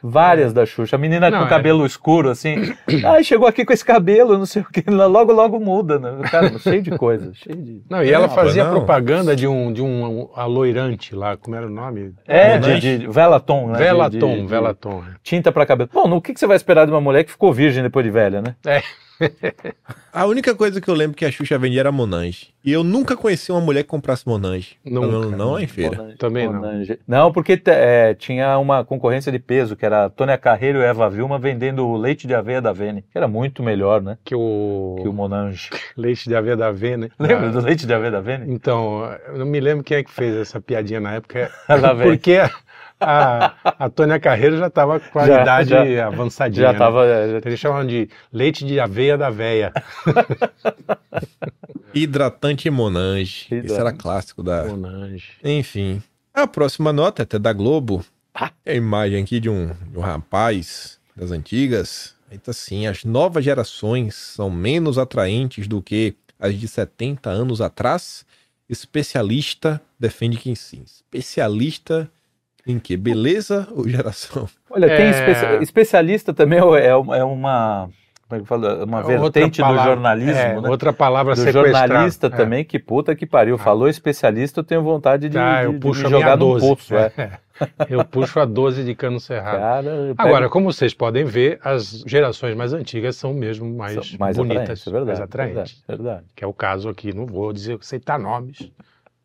S2: Várias da Xuxa. A menina
S3: Não,
S2: com
S3: é.
S2: cabelo escuro, assim. Ai, chegou aqui com esse cabelo, não sei o quê. Logo, logo muda, né? Cara, cheio de coisa, cheio de...
S3: Não, e ela
S1: Não,
S3: fazia
S1: não.
S3: propaganda de um, de um aloirante lá, como era o nome?
S2: É,
S1: Mudante.
S2: de, de Velaton, né? De- de-
S3: Velaton,
S2: de-
S3: Velaton. é.
S2: tinta pra cabelo. Bom, no que, que você vai esperar de uma mulher que ficou virgem depois de velha, né?
S1: A única coisa que eu lembro que a Xuxa vendia era Monange. E eu nunca conheci uma mulher que comprasse Monange.
S3: Nunca.
S1: Não, não em feira.
S3: Também não.
S2: Monange. Não, porque te- é, tinha uma concorrência de peso, que era a Tônia Carreiro e Eva Vilma vendendo o leite de aveia da Vene, que era muito melhor, né?
S3: Que o,
S2: Que o Monange.
S3: leite de aveia da Vena.
S2: Lembra do leite de aveia da Vene?
S3: Ah, Então, eu não me lembro quem é que fez essa piadinha na época.
S2: Lá vem.
S3: porque a, a Tônia Carreiro já estava com a
S2: Já,
S3: idade
S2: já.
S3: avançadinha.
S2: Já tava. é,
S3: Né?
S2: já-
S3: Então, Eles chamavam de leite de aveia da veia.
S1: Hidratante Monange.
S2: Hidratante.
S1: Esse era clássico da.
S3: Monange.
S1: Enfim. A próxima nota, é até da Globo. É a imagem aqui de um, de um rapaz das antigas. Aí tá assim: as novas gerações são menos atraentes do que as de 70 anos atrás. Especialista defende quem sim. Especialista em que? Beleza ou geração?
S2: Olha, tem
S3: É.
S2: espe- especialista também é uma. É uma como é que fala? Uma
S3: Outra
S2: vertente do
S3: palavra-
S2: jornalismo,
S3: é,
S2: né?
S3: Outra palavra
S2: do
S3: sequestrada.
S2: jornalista
S3: É.
S2: também, que puta que pariu. Falou especialista, eu tenho vontade de,
S3: Ah,
S2: de-
S3: eu
S2: de
S3: puxo
S2: me
S3: a minha
S2: jogar no
S3: 12.
S2: poço. É.
S3: É. Eu puxo a 12 de cano cerrado.
S2: Cara, eu pego-
S3: Agora, como vocês podem ver, as gerações mais antigas são mesmo mais,
S2: são mais
S3: bonitas,
S2: atraentes, é verdade,
S3: mais atraentes.
S2: Verdade, verdade.
S3: Que é o caso aqui, não vou dizer aceitar nomes,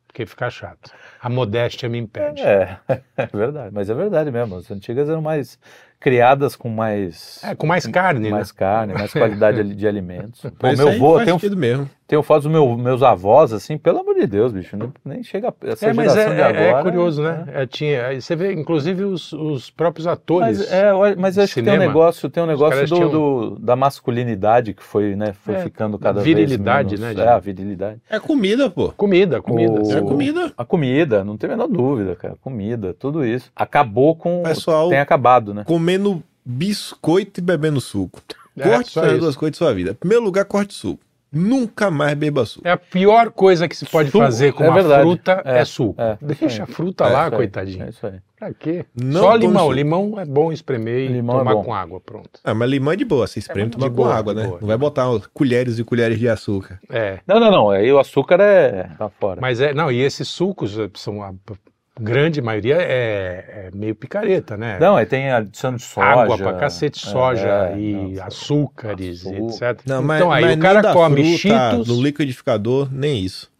S3: porque fica chato. A modéstia me impede.
S2: É, é verdade, mas é verdade mesmo. As antigas eram mais criadas com mais,
S3: É, com mais carne,
S2: mais carne, mais qualidade ali de alimentos. Pô,
S1: Mas isso
S2: meu um
S1: aí
S2: avô,
S1: faz
S2: tenho,
S1: sentido mesmo.
S2: tenho fotos dos meu- meus avós, assim, pelo amor de Deus, bicho, nem, nem chega a essa
S3: né? É, mas é,
S2: geração de
S3: é- é
S2: agora.
S3: curioso,
S2: né?
S3: né? É, tinha, aí você vê, inclusive, os, os próprios atores.
S2: Mas, é, olha, mas eu acho que tem um
S3: Cinema.
S2: negócio, tem um negócio
S3: caras
S2: do,
S3: tinham-
S2: do- da masculinidade que foi, né, foi
S3: É,
S2: ficando cada
S3: virilidade,
S2: vez
S3: né,
S2: menos.
S3: de-
S2: É, a virilidade.
S1: É comida, pô.
S3: Comida, comida.
S2: O-
S1: É
S3: sim.
S1: comida.
S2: A comida, não tem a menor dúvida, cara. Comida, tudo isso. Acabou com.
S1: O pessoal
S2: Tem acabado, né?
S1: comendo biscoito e bebendo suco.
S3: É,
S1: Corte
S3: só
S1: essas
S3: isso.
S1: duas coisas de sua vida. Primeiro lugar, corte suco. Nunca mais beba suco.
S3: É a pior coisa que se pode
S2: Suco,
S3: fazer com
S2: é
S3: uma
S2: verdade.
S3: fruta é,
S2: É,
S3: suco.
S2: é.
S3: Deixa a fruta
S2: É
S3: lá,
S2: isso aí,
S3: Ah, coitadinho.
S2: É isso aí.
S3: Pra quê?
S1: Não
S3: Só
S1: tome
S3: limão.
S1: suco.
S3: Limão é bom espremer e
S2: Limão é
S3: tomar
S2: bom.
S3: com água, pronto.
S1: Ah, mas limão é de boa, você espreme e
S3: de
S1: toma com
S3: boa,
S1: água,
S3: de
S1: né?
S3: boa.
S1: Não vai botar ó, colheres e colheres de açúcar.
S3: É.
S2: Não, não, não. Aí o açúcar é. Tá fora.
S3: Mas é, não, e esses sucos eh, são a p- grande maioria é, é meio picareta, né?
S2: Não, aí tem adição de soja.
S3: Água pra cacete,
S2: é,
S3: soja
S2: é,
S3: e
S2: não,
S3: açúcares, e
S2: açúcar.
S3: etc.
S1: Não, mas,
S3: então aí
S1: mas
S3: o
S1: nem
S3: cara
S1: da fruta,
S3: come cheetos.
S1: No liquidificador, nem isso.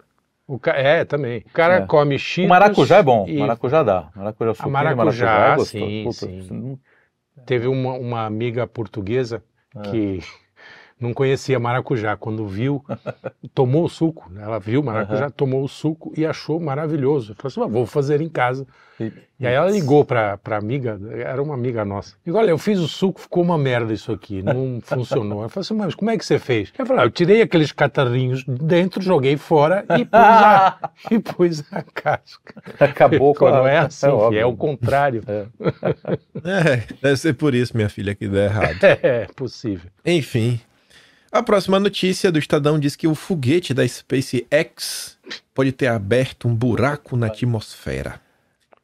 S3: o ca- É, também. O cara
S2: É.
S3: come cheetos.
S2: O maracujá é bom.
S3: e
S2: Maracujá dá. Maracujá, suquinho,
S3: maracujá,
S2: maracujá, é gostoso.
S3: sim,
S2: Puta,
S3: sim.
S2: isso não-
S3: Teve uma, uma amiga portuguesa
S2: É.
S3: que não conhecia maracujá. Quando viu, tomou o suco. né? Ela viu o maracujá, tomou o suco e achou maravilhoso. Falou assim, "Ah, vou fazer em casa. E aí ela ligou pra, pra amiga, era uma amiga nossa. Digo, olha, eu fiz o suco, ficou uma merda isso aqui, não funcionou. Ela falou assim, mas como é que você fez? Eu falei, ah, eu tirei aqueles catarrinhos de dentro, joguei fora e pus a, e pus a casca.
S2: Ah! Acabou com a-
S3: não é assim, é,
S2: óbvio. né?
S3: o contrário.
S1: É, deve ser por isso, minha filha, que dá errado.
S3: É, possível.
S1: Enfim. A próxima notícia do Estadão diz que o foguete da SpaceX pode ter aberto um buraco na atmosfera.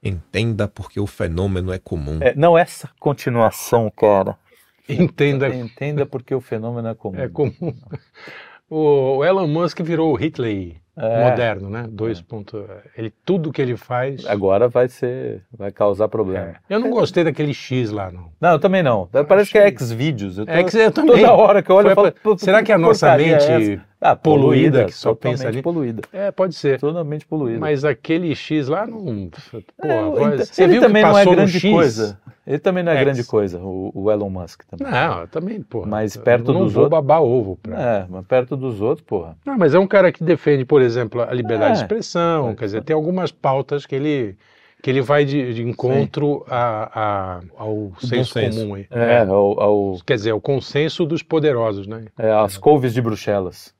S1: Entenda porque o fenômeno é comum.
S2: É, não essa continuação, cara.
S3: Entenda.
S2: Entenda porque o fenômeno é comum.
S3: É comum. O Elon Musk virou o Hitler
S2: É.
S3: moderno, né? Dois ponto- ele tudo que ele faz.
S2: Agora vai ser. Vai causar problema.
S3: É. Eu não gostei daquele X lá não.
S2: Não, eu também não. Parece que é
S3: Achei.
S2: X-Vídeos.
S3: É que eu também.
S2: Toda hora que eu olho,
S3: Foi
S2: eu falo,
S3: pra-
S2: "Pô,
S3: Será que a nossa
S2: porcaria é
S3: mente
S2: essa?" Ah,
S3: poluída que só pensa
S2: totalmente
S3: ali?
S2: poluída.
S3: É, pode ser.
S2: Totalmente poluída.
S3: Mas aquele X lá não. Pô,
S2: É,
S3: a
S2: o-
S3: voz-
S2: então,
S3: Você
S2: ele
S3: viu
S2: também
S3: que
S2: não é
S3: passou no
S2: grande
S3: X?
S2: coisa. Ele também não é
S3: X.
S2: grande coisa, o, o Elon Musk também.
S3: Não, também, pô.
S2: Mas perto
S3: eu não
S2: dos
S3: vou
S2: outros-
S3: babar ovo pra.
S2: É, mas perto dos outros, porra.
S3: Não, mas é um cara que defende, por exemplo, a liberdade de
S2: É.
S3: expressão. Quer dizer, tem algumas pautas que ele que ele vai de, de encontro a, a- ao senso
S1: senso.
S3: comum aí.
S2: É, ao- ao-
S3: Quer dizer, o consenso dos poderosos, né?
S2: é, as couves de Bruxelas.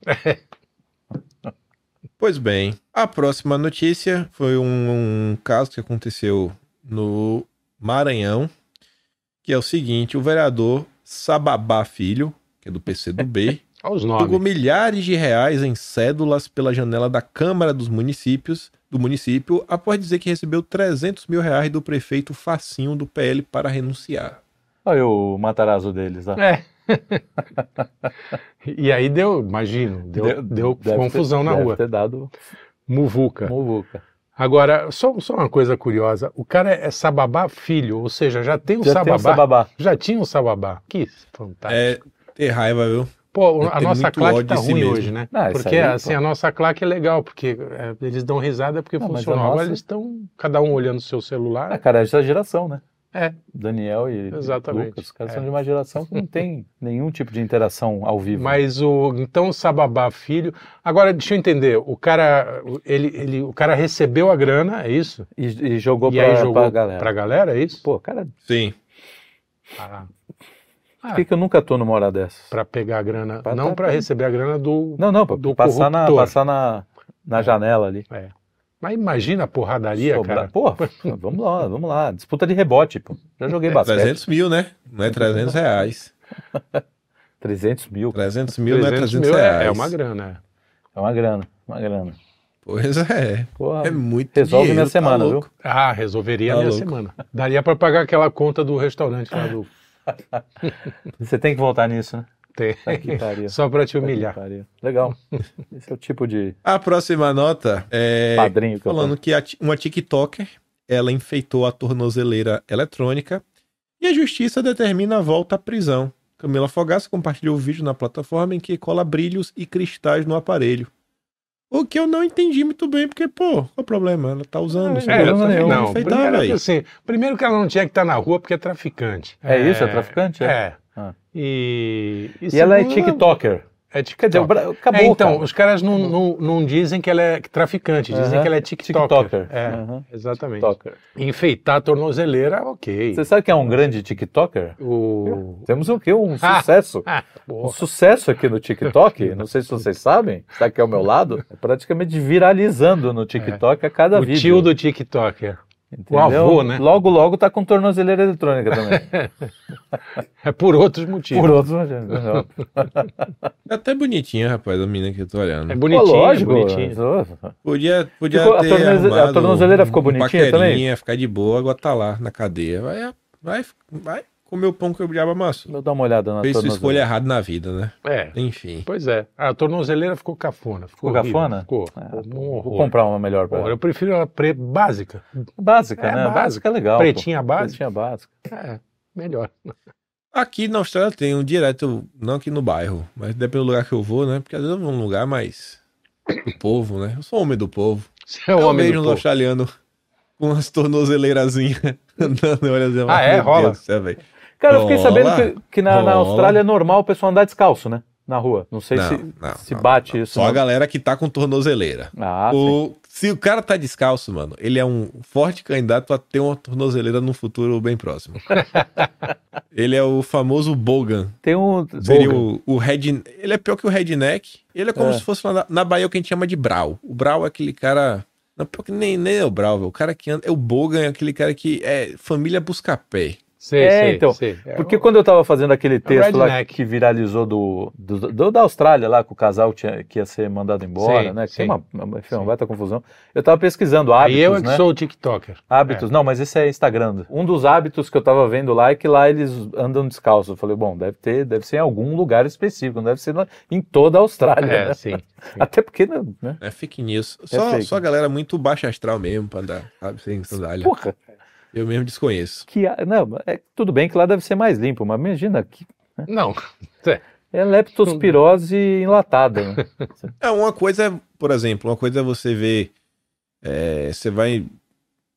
S1: Pois bem, a próxima notícia foi um, um caso que aconteceu no Maranhão, que é o seguinte: o vereador Sababá Filho, que é do PCdoB,
S3: Olha os
S1: jogou
S3: nomes.
S1: milhares de reais em cédulas pela janela da Câmara dos Municípios do município após dizer que recebeu 300 mil reais do prefeito Facinho do PL para renunciar.
S2: Olha o matarazzo deles lá.
S3: É. e aí deu, imagino, deu, deu
S2: deve
S3: confusão
S2: ter-
S3: na
S2: deve
S3: rua. É.
S2: ter dado
S3: Muvuca.
S2: muvuca.
S3: Agora, só, só uma coisa curiosa. O cara é Sababá filho, ou seja, já tem um
S2: Já tem
S3: Sababá.
S2: o sababá.
S3: Já tinha um Sababá. Que fantástico.
S1: É, ter raiva, viu?
S3: Pô,
S1: Eu
S3: a
S1: tenho
S3: nossa
S1: muito
S3: claque
S1: ódio
S3: tá
S1: de si
S3: ruim
S1: mesmo.
S3: hoje, né?
S2: Ah, isso
S3: porque
S2: aí,
S3: assim,
S2: pô.
S3: a nossa claque é legal, porque é, eles dão risada porque
S2: Não, mas a
S3: funcionou. Agora
S2: nossa-
S3: eles estão, cada um olhando o seu
S2: Ah,
S3: celular.
S2: cara, é essa geração, né?
S3: É.
S2: Daniel e
S3: Exatamente.
S2: Lucas, os caras
S3: É.
S2: são de uma geração que não tem nenhum tipo de interação ao vivo.
S3: Mas o então o Sababá filho. Agora deixa eu entender. O cara, ele, ele, o cara recebeu a grana, é isso?
S2: E, e jogou,
S3: e
S2: pra,
S3: aí jogou
S2: pra galera.
S3: pra galera, é isso?
S2: Pô, cara,
S1: Sim.
S3: Ah,
S2: por que, que eu nunca tô numa hora dessas?
S3: para pegar a grana,
S2: Pra- tá
S3: não
S2: pra-
S3: para receber a grana do.
S2: Não, não, pra
S3: do
S2: passar, na,
S3: corruptor.
S2: passar na, na janela ali.
S3: Mas imagina a porradaria,
S2: Sobrar-
S3: cara.
S2: Pô, vamos lá, vamos lá. Disputa de rebote, pô. Já
S3: É,
S2: joguei
S3: Tá
S2: bastante. 300,
S1: 300 mil, né? Não é 300 reais.
S2: mil.
S1: 300 mil não é
S3: 300
S1: 300
S3: mil
S1: reais.
S3: é, é uma grana.
S2: É uma grana, uma grana.
S1: Pois é.
S2: Porra,
S1: É muito
S2: resolve
S1: dinheiro,
S2: minha
S1: tá
S2: semana,
S1: louco.
S2: viu?
S3: Ah, resolveria
S1: Tá
S3: a minha
S1: louco.
S3: semana. Daria para pagar aquela conta do restaurante lá do
S2: Você tem que voltar nisso, né?
S3: Tem.
S2: Tá que pariu.
S3: Só para te
S2: Tá que
S3: humilhar.
S2: pariu. Legal. Esse é o tipo de
S1: A próxima nota é
S2: padrinho que eu
S1: falando que a ti- uma TikToker, ela enfeitou a tornozeleira eletrônica e a justiça determina a volta à prisão. Camila Fogaça compartilhou o vídeo na plataforma em que cola brilhos e cristais no aparelho. O que eu não entendi muito bem, porque, pô, qual o problema? Ela tá usando.
S2: É,
S1: entendeu?
S2: eu também
S1: Ela
S3: não,
S1: enfeitar,
S3: primeiro, que,
S1: velho.
S3: assim, primeiro que ela não tinha que estar na rua porque é traficante.
S2: É isso, é traficante?
S3: É.
S2: É. Ah.
S3: E,
S2: E ela é
S3: segundo,
S2: TikToker.
S3: É
S2: Quer dizer, o
S3: TikTok.
S2: Bra- acabou.
S3: É, então,
S2: cara.
S3: os caras não, não, não dizem que ela é traficante, dizem
S2: Aham.
S3: que ela é TikToker.
S2: TikToker. Ah.
S3: É,
S2: Aham.
S3: exatamente.
S2: TikToker.
S3: Enfeitar a tornozeleira, ok.
S2: Você sabe quem é um grande TikToker?
S3: O...
S2: Temos o quê? Um
S3: Ah.
S2: sucesso.
S3: Ah,
S2: Um
S3: porra.
S2: sucesso aqui no TikTok, não sei se vocês sabem, está aqui ao meu lado, é praticamente viralizando no TikTok a cada
S3: o
S2: vídeo.
S3: tio do TikToker.
S2: entendeu?
S3: o avô, né?
S2: Logo, logo tá com tornozeleira eletrônica também.
S3: É por outros motivos.
S2: Por outros motivos.
S1: É até bonitinha, rapaz, a menina que eu tô olhando.
S3: É bonitinho,
S2: Pô,
S3: é
S2: lógico.
S3: bonitinho.
S1: Podia, podia
S2: Ficou- a
S1: ter
S2: tornoze- a
S1: arrumado
S2: tornozeleira
S1: um-
S2: ficou
S1: um
S2: bonitinha
S1: paquerinha,
S2: também?
S1: ficar de boa, agora tá lá na cadeia. Vai, vai, vai comer o pão que o diabo amassou.
S2: Vou dar uma olhada na
S1: Fez sua escolha
S2: tornozeleira.
S1: errada na vida, né?
S3: É.
S1: Enfim.
S3: Pois é. A tornozeleira ficou cafona. Ficou,
S2: Ficou
S3: horrível,
S2: cafona?
S3: Ficou.
S2: Ah,
S3: Ficou um
S2: Vou
S3: horror.
S2: comprar uma melhor pra
S3: Porra,
S2: ela.
S3: eu prefiro ela pre básica.
S2: Básica,
S3: É,
S2: né?
S3: básica.
S2: Básica é legal. pô.
S3: Pretinha básica.
S2: Pretinha básica.
S3: É, melhor.
S1: Aqui na Austrália tem um direto, não aqui no bairro, mas depende do lugar que eu vou, né? Porque às vezes eu vou num lugar mais do povo, né? Eu sou homem do povo.
S3: Você é
S2: um
S1: eu
S3: homem
S1: vejo
S3: do
S1: uns
S3: povo.
S1: australianos com as tornozeleirazinhas andando, olha assim,
S3: Ah, é?
S1: meu
S3: Rola?
S1: Deus do céu, velho.
S2: Cara, eu fiquei
S1: Rola.
S2: sabendo que, que na,
S1: Rola.
S2: na Austrália é normal o pessoal andar descalço, né? Na rua. Não sei
S1: Não,
S2: se,
S1: não,
S2: se
S1: não,
S2: bate isso.
S1: Só
S2: não.
S1: a galera que tá com tornozeleira.
S2: Ah, sim.
S1: O- se o cara tá descalço, mano, ele é um forte candidato a ter uma tornozeleira num futuro bem próximo. ele é o famoso Bogan.
S2: Tem um.
S1: Seria
S2: Bogan.
S1: o, o Red. Ele é pior que o Redneck. Ele é como
S2: É.
S1: se fosse lá na, na Bahia o que a gente chama de Brau. O Brau é aquele cara. Não, pior que nem, nem é o Brau, velho. O cara que anda. É o Bogan, é aquele cara que é família busca pé.
S3: Sei,
S2: é,
S3: sei,
S2: então.
S3: sei. É,
S2: Porque quando eu tava fazendo aquele texto lá
S3: um redneck.
S2: que viralizou do, do- do- da Austrália lá, com o casal que, tinha- que ia ser mandado embora,
S3: Sim,
S2: né? Que
S3: sim.
S2: tem uma, uma, enfim, uma
S3: Sim.
S2: baita confusão. Eu tava pesquisando hábitos,
S3: Aí eu é que
S2: né?
S3: sou o TikToker.
S2: Hábitos, não, mas esse é Instagram. Um dos hábitos que eu tava vendo lá é que lá eles andam descalço. Eu falei, bom, deve ter, deve ser em algum lugar específico, não deve ser na- em toda a Austrália,
S3: É,
S2: né?
S3: sim.
S2: Até porque, né?
S1: É fake news. Só,
S2: fake.
S1: só a galera muito baixa astral mesmo pra andar sabe, sem sandália.
S2: Porra,
S1: Eu mesmo desconheço.
S2: que. a- Não, é, tudo bem que lá deve ser mais limpo, mas imagina que.
S3: Não,
S2: É leptospirose enlatada. né?
S1: É, uma coisa é, por exemplo, uma coisa é você ver. é, você vai.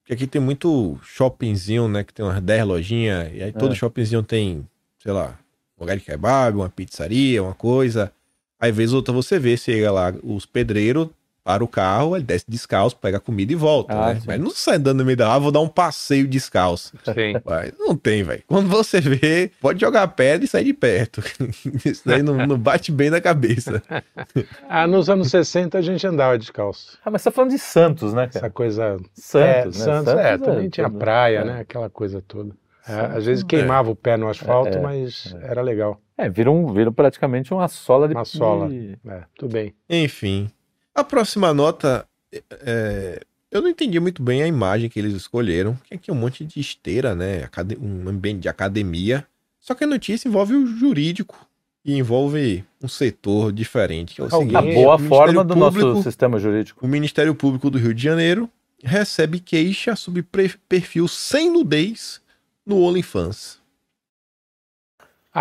S1: Porque aqui tem muito shoppingzinho, né? Que tem umas 10 lojinhas. E aí todo
S2: É.
S1: shoppingzinho tem, sei lá, um lugar de kebab, uma pizzaria, uma coisa. Aí, vez ou outra, você vê, chega lá, os pedreiros para o carro, ele desce descalço, pega a comida e volta.
S2: Ah,
S1: né?
S2: sim.
S1: Mas não sai andando no meio da ah, vou dar um passeio descalço.
S3: sim.
S1: Vai, não tem, velho. Quando você vê, pode jogar pedra e sair de perto. Isso daí não, não bate bem na cabeça.
S3: Ah, nos anos 60 a gente andava descalço.
S2: Ah, mas você tá falando de Santos, né, cara?
S3: Essa coisa.
S2: Santos,
S3: é,
S2: né?
S3: Santos, é, também
S2: é,
S3: tinha
S2: tudo-
S3: praia,
S2: é.
S3: né? Aquela coisa toda. É,
S2: Santos
S3: às vezes
S1: não é.
S3: queimava o pé no asfalto,
S2: É, é,
S3: mas era legal.
S2: É, viram, viram praticamente uma sola de.
S3: Uma sola.
S2: de-
S3: É, tudo bem.
S1: Enfim. A próxima nota. é, eu não entendi muito bem a imagem que eles escolheram. Que aqui é um monte de esteira, né? Acade- Um ambiente de academia. Só que a notícia envolve o jurídico. E envolve um setor diferente. Que é o
S3: Alguém-
S1: seguinte,
S2: A boa
S1: o
S2: forma
S1: Ministério
S2: do
S1: Público-
S2: nosso sistema jurídico.
S1: O Ministério Público do Rio de Janeiro recebe queixa sobre pre- perfil sem nudez no OnlyFans.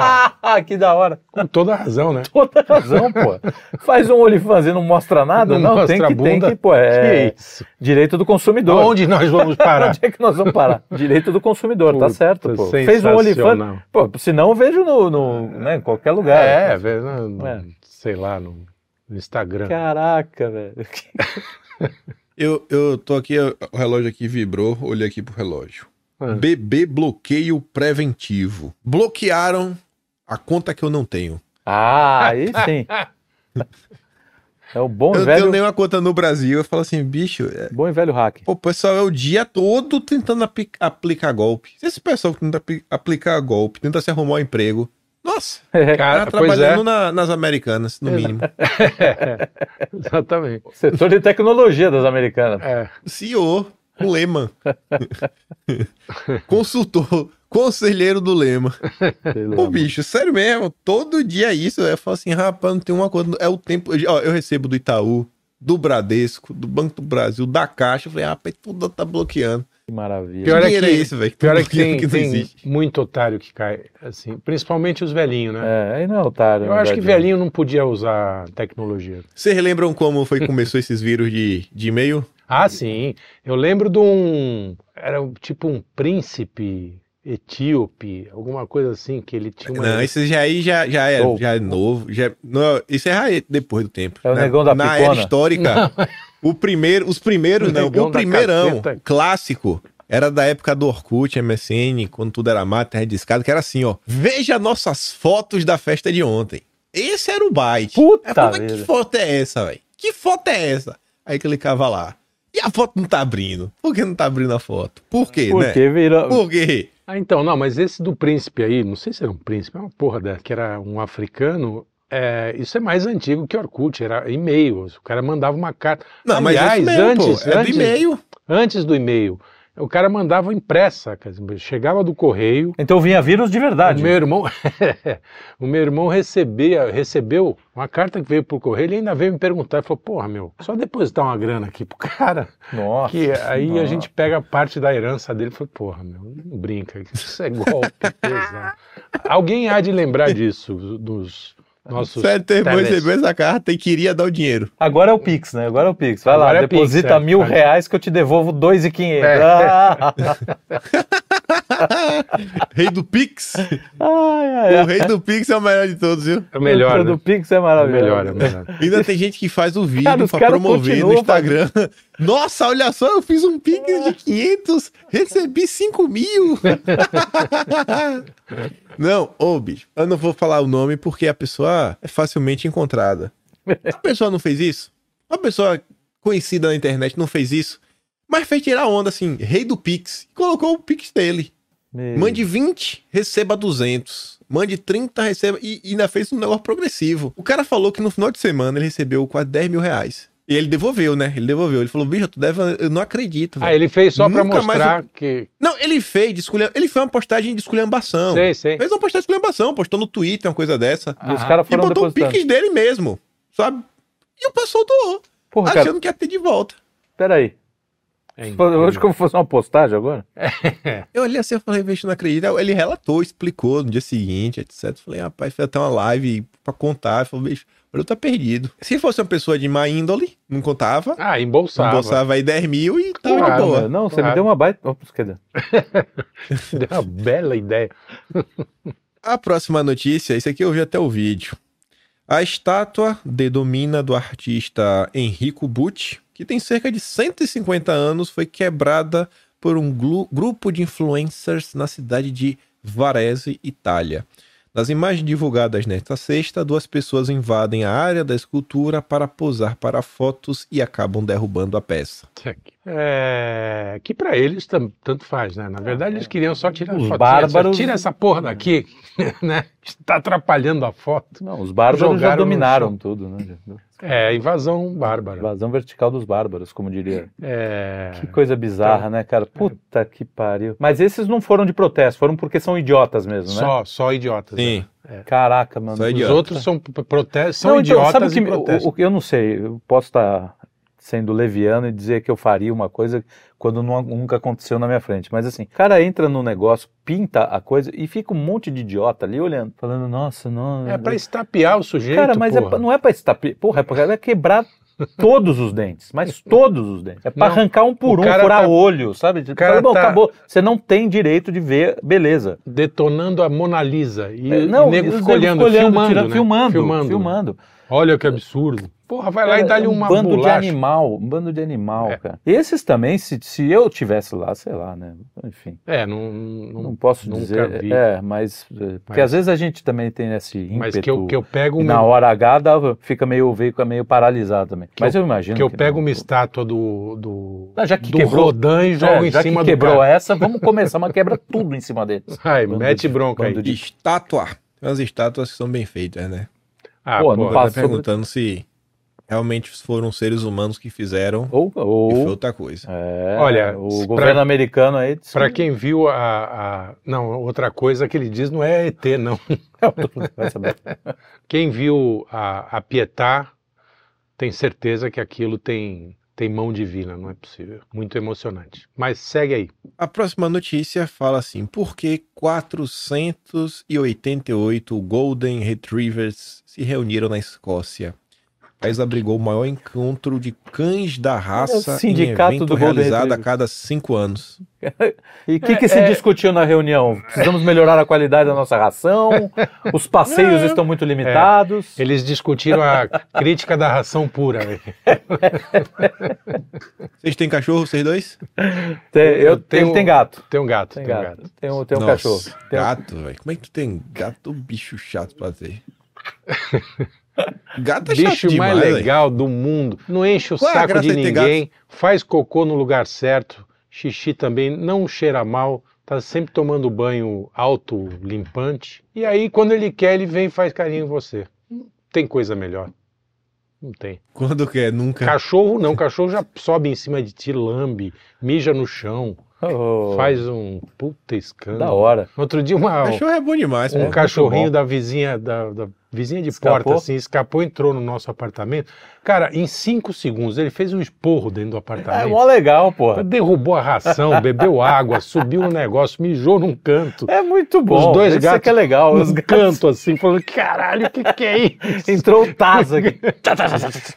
S3: Ah,
S2: ah que da hora!
S3: com toda a razão, né?
S2: toda razão, pô. Faz um OnlyFans e não mostra nada?
S3: Não
S2: Não,
S3: mostra
S2: tem que,
S3: a
S2: tem
S3: bunda.
S2: que, pô, é
S3: Que isso?
S2: direito do consumidor.
S3: Onde nós vamos parar?
S2: Onde é que nós vamos parar? Direito do consumidor, tá
S3: Puta,
S2: certo, pô. Fez um OnlyFans,
S3: Sensacional.
S2: pô, se não eu vejo no, no, né, em qualquer lugar.
S3: É, vê, no- no-
S2: É.
S3: sei lá, no, no Instagram.
S2: Caraca, velho.
S1: Eu, eu tô aqui, eu- o relógio aqui vibrou, olhei aqui pro relógio.
S3: Ah.
S1: Bebê bloqueio preventivo. Bloquearam a conta que eu não tenho.
S2: Ah, aí sim. É o bom e
S1: eu não tenho
S2: velho,
S1: nenhuma conta no Brasil. Eu falo assim, bicho, é-
S2: bom e velho hack.
S1: pô, o pessoal é o dia todo tentando apli- aplicar golpe. Se esse pessoal que tenta apli- aplicar golpe, tenta se arrumar um emprego. Nossa, tá
S3: Cara, pois é.
S1: trabalhando na- nas americanas, no mínimo.
S3: Exatamente.
S2: Setor de tecnologia das americanas.
S3: É.
S1: CEO, o Lema. Consultor, conselheiro do Lema.
S2: sei lá,
S1: Pô,
S2: mano.
S1: bicho, sério mesmo, todo dia isso. Eu falo assim, rapaz, não tem uma coisa. É o tempo. Eu, ó, eu recebo do Itaú, do Bradesco, do Banco do Brasil, da Caixa. Eu falei, rapaz, tudo tá bloqueando.
S2: Que maravilha.
S1: Que
S3: Pior é
S1: dinheiro é
S3: que-
S1: esse, velho?
S3: Pior é que
S1: Tudo
S3: tem,
S1: não
S3: tem
S1: existe.
S3: muito otário que cai, assim, principalmente os velhinhos, né?
S2: É, aí não é otário.
S3: Eu
S2: na
S3: acho que
S2: verdade.
S3: velhinho não podia usar tecnologia.
S1: Vocês lembram como foi que começou esses vírus de, de e-mail?
S3: Ah, sim. Eu lembro de um. Era um- tipo um príncipe etíope, alguma coisa assim, que ele tinha uma.
S1: Não, isso já aí já, já, é,
S2: Oh.
S1: já é novo. Já, não, isso é raia- depois do tempo.
S2: É o
S1: Na-
S2: negão da
S1: Na
S2: picona.
S1: era histórica, o primeiro, os primeiros,
S3: O
S1: não,
S3: negão
S1: o
S3: da
S1: primeirão
S3: caceta.
S1: clássico era da época do Orkut, MSN, quando tudo era mata, rede de escada, que era assim, ó. Veja nossas fotos da festa de ontem. Esse era o byte.
S2: Puta
S1: Aí, pô, mas que
S2: vida.
S1: foto é essa, velho? Que foto é essa? Aí clicava lá. E a foto não tá abrindo. Por que não tá abrindo a foto? Por quê, né?
S2: Porque virou.
S1: Por quê?
S3: Ah, então, não, mas esse do príncipe aí, não sei se era um príncipe, é uma porra dessa, que era um africano. é, isso é mais antigo que Orkut, era e-mail. O cara mandava uma carta.
S1: Não,
S3: Aliás,
S1: mas é isso mesmo, pô,
S3: antes-
S1: é do
S3: antes-
S1: e-mail.
S3: Antes do e-mail, o cara mandava impressa, quer dizer, chegava do correio.
S2: Então vinha vírus de verdade.
S3: O meu irmão, o meu irmão recebia, recebeu uma carta que veio por correio, ele ainda veio me perguntar, ele falou, porra, meu, só depositar uma grana aqui pro cara,
S2: Nossa.
S3: que aí a
S2: Nossa.
S3: gente pega parte da herança dele, foi porra, meu, não brinca, isso é golpe pesado. Alguém há de lembrar disso, dos nossos...
S1: Sério, teu irmão
S3: teles.
S1: recebeu essa carta e queria dar o dinheiro.
S2: Agora é o Pix, né? Agora é o Pix. Vai
S3: Agora
S2: lá,
S3: é Pix,
S2: deposita
S3: é.
S2: mil reais que eu te devolvo dois e quinhentos.
S3: É.
S2: Ah,
S1: rei do Pix?
S2: ai, ai,
S1: O
S2: ai.
S1: rei do Pix é o melhor de todos, viu?
S3: É o melhor,
S2: O
S3: né?
S2: do Pix é
S3: É o
S2: maravilhoso.
S3: melhor, é o melhor.
S1: Ainda tem gente que faz o vídeo
S2: Cara, os
S1: pra
S2: caras
S1: promover no
S2: continuam É.
S1: Instagram. Nossa, olha só, eu fiz um Pix de 500, recebi 5 mil. não, ô bicho, eu não vou falar o nome porque a pessoa é facilmente encontrada. A pessoa não fez isso? Uma pessoa conhecida na internet não fez isso, mas fez tirar onda assim, rei do Pix, e colocou o Pix dele.
S2: Meu.
S1: Mande 20, receba 200. Mande 30, receba. E e ainda fez um negócio progressivo. O cara falou que no final de semana ele recebeu quase 10 mil reais. E ele devolveu, né? Ele devolveu. Ele falou, bicho, tu deve. Eu não acredito.
S3: Ah,
S1: velho."
S3: ele fez só pra
S1: Nunca mais
S3: mostrar que.
S1: Não, ele fez, de esculham- ele fez uma postagem de esculhambação.
S3: Sei, sei.
S1: Fez uma postagem de esculhambação, postou no Twitter, uma coisa dessa.
S2: E os caras
S1: Ah, e
S2: Ah, foram
S1: botou um o
S2: depositando.
S1: pique dele mesmo, sabe? E o pessoal doou,
S2: Porra, cara,
S1: achando que ia ter de volta.
S2: peraí.
S3: É
S2: Hoje que eu vou fazer uma postagem agora?
S1: Eu olhei assim e falei, bicho, não acredito. Aí Ele relatou, explicou no dia seguinte, etc. Falei, "Ah, rapaz, fez até uma live pra contar. Falei, bicho, o Brasil tá perdido. Se fosse uma pessoa de má índole, não contava.
S3: Ah, embolsava.
S1: Embolsava aí 10 mil e tava
S3: Claro,
S1: de boa. Ah.
S2: meu, Ah, né? não, você
S3: Claro.
S2: me deu uma baita. Ops, cadê?
S3: Deu uma bela ideia.
S1: A próxima notícia, isso aqui eu vi até o vídeo. A estátua de Domina do artista Enrico Butti, que tem cerca de 150 anos, foi quebrada por um glu- grupo de influencers na cidade de Varese, Itália. Nas imagens divulgadas nesta sexta, duas pessoas invadem a área da escultura para posar para fotos e acabam derrubando a peça.
S3: É, que pra eles tam- tanto faz, né? Na verdade, eles queriam só tirar
S2: Os
S3: a foto.
S2: bárbaros-
S3: Tira essa porra daqui, né? Está atrapalhando a foto.
S2: Não, os bárbaros
S3: Jogaram
S2: já
S3: no
S2: dominaram tudo, né?
S3: É, invasão bárbara.
S2: Vazão vertical dos bárbaros, como diria.
S3: É,
S2: Que coisa bizarra, né, cara? Puta que pariu. Mas esses não foram de protesto, foram porque são idiotas mesmo, né?
S3: só, só idiotas. né?
S1: Sim,
S2: Caraca, mano.
S1: Só
S3: Os
S1: Idiota.
S3: outros são p- protestos, são
S2: Não, então, sabe o
S3: idiotas
S2: que
S3: e
S2: me- o-
S3: protestam.
S2: o que eu não sei, eu posso estar sendo leviano e dizer que eu faria uma coisa quando nu- nunca aconteceu na minha frente. Mas assim, o cara entra no negócio, pinta a coisa e fica um monte de idiota ali olhando, falando, nossa, não.
S3: É pra estapear o sujeito,
S2: Cara, mas é
S3: porra.
S2: pra- não é pra estapear. Porra, é pra é quebrar todos os dentes. Mas todos os dentes. É pra
S3: Não,
S2: arrancar um por
S3: o
S2: um,
S3: cara
S2: furar
S3: tá-
S2: olho, sabe? Tipo,
S3: cara
S2: fala, bom,
S3: tá-
S2: acabou. Você não tem direito de ver, beleza.
S3: Detonando a Mona Lisa. E,
S2: É,
S3: não, o nego
S2: os
S3: ficou
S2: negros
S3: olhando,
S2: ficam olhando,
S3: filmando,
S2: tirando-
S3: né?
S2: filmando,
S3: filmando.
S2: filmando.
S3: Olha que absurdo. Porra, vai lá
S2: Cara,
S3: e dá-lhe
S2: é
S3: uma
S2: um bando
S3: bolacha.
S2: de animal, um bando de animal,
S3: É.
S2: cara. Esses também, se, se eu tivesse lá, sei lá, né? Enfim,
S3: É, não, não-
S2: não posso
S3: nunca
S2: dizer.
S3: vi.
S2: É, mas é, porque
S3: Mas-
S2: às vezes a gente também tem esse Um ímpeto.
S3: mas que eu, que eu pego
S2: e
S3: uma,
S2: na hora H dá, fica meio veico, meio paralisado também. mas eu, imagino
S3: que eu pego
S2: não.
S3: uma estátua do do,
S2: Ah, já que
S3: do
S2: quebrou,
S3: Rodin e jogo
S2: é,
S3: em
S2: já
S3: cima
S2: que
S3: do
S2: quebrou
S3: cara.
S2: essa, vamos começar uma quebra tudo em cima deles.
S3: Ai,
S2: Bando
S3: mete
S2: de-
S3: bronca aí.
S2: bando de-
S1: estátua. Tem umas estátuas que são bem feitas, né?
S3: Ah,
S2: Pô,
S3: pô,
S2: não
S1: Tá
S2: Passou-
S1: perguntando se realmente foram seres humanos que fizeram
S2: Ou,
S1: e foi
S2: ou
S1: outra coisa.
S2: é,
S3: Olha,
S2: o
S3: pra-
S2: governo americano aí disse-
S3: Pra quem viu a, a- Não, outra coisa que ele diz não é ET, não.
S2: Vai saber.
S3: Quem viu a, a Pietá tem certeza que aquilo tem, tem mão divina, não é possível. Muito emocionante. Mas segue aí.
S1: A próxima notícia fala assim: por que 488 Golden Retrievers se reuniram na Escócia? O país abrigou o maior encontro de cães da raça
S2: É sindicato
S1: em evento
S2: do Golden
S1: realizado a
S2: Retriever.
S1: cada cinco anos.
S2: E o que, que se
S3: é-
S2: discutiu na reunião? Precisamos melhorar a qualidade da nossa ração, os passeios estão muito limitados.
S3: Eles discutiram a crítica da ração pura. né?
S1: Vocês têm cachorro, vocês dois?
S2: Tem- eu,
S3: eu tenho-
S2: ele tem gato.
S3: Tem um gato,
S2: Tem
S3: tem, um
S2: gato.
S3: gato.
S2: Tem um, tem um
S1: Nossa,
S2: cachorro. Tem um-
S1: Gato, velho. Como é que tu tem gato, bicho chato pra ter? Gato é
S3: Bicho
S1: chato demais,
S3: mais
S1: velho.
S3: legal do mundo. Não enche o
S1: Qual é a
S3: saco
S1: graça
S3: de
S1: de ter
S3: ninguém. Faz cocô no lugar certo. Xixi também não cheira mal. Tá sempre tomando banho alto, limpante. E aí, quando ele quer, ele vem e faz carinho em você. Não Tem coisa melhor. Não tem.
S1: Quando quer, nunca.
S3: Cachorro não. Cachorro já sobe em cima de ti, lambe, mija no chão,
S2: Oh,
S3: faz um puta escândalo.
S2: Da hora.
S3: Outro dia, uma,
S1: Cachorro é bom demais,
S3: um
S1: pô.
S3: cachorrinho
S2: bom.
S3: da vizinha da, da vizinha de
S2: Escapou?
S3: porta assim escapou entrou no nosso apartamento cara em cinco segundos ele fez um esporro dentro do
S2: É
S3: apartamento
S2: mó legal, porra.
S3: derrubou a ração bebeu água subiu um negócio mijou num canto
S2: É muito bom.
S3: Os dois
S2: Isso
S3: gatos
S2: aqui é legal. Os
S3: num
S2: gatos.
S3: canto assim falando caralho o que que é isso
S2: Entrou o Taz aqui.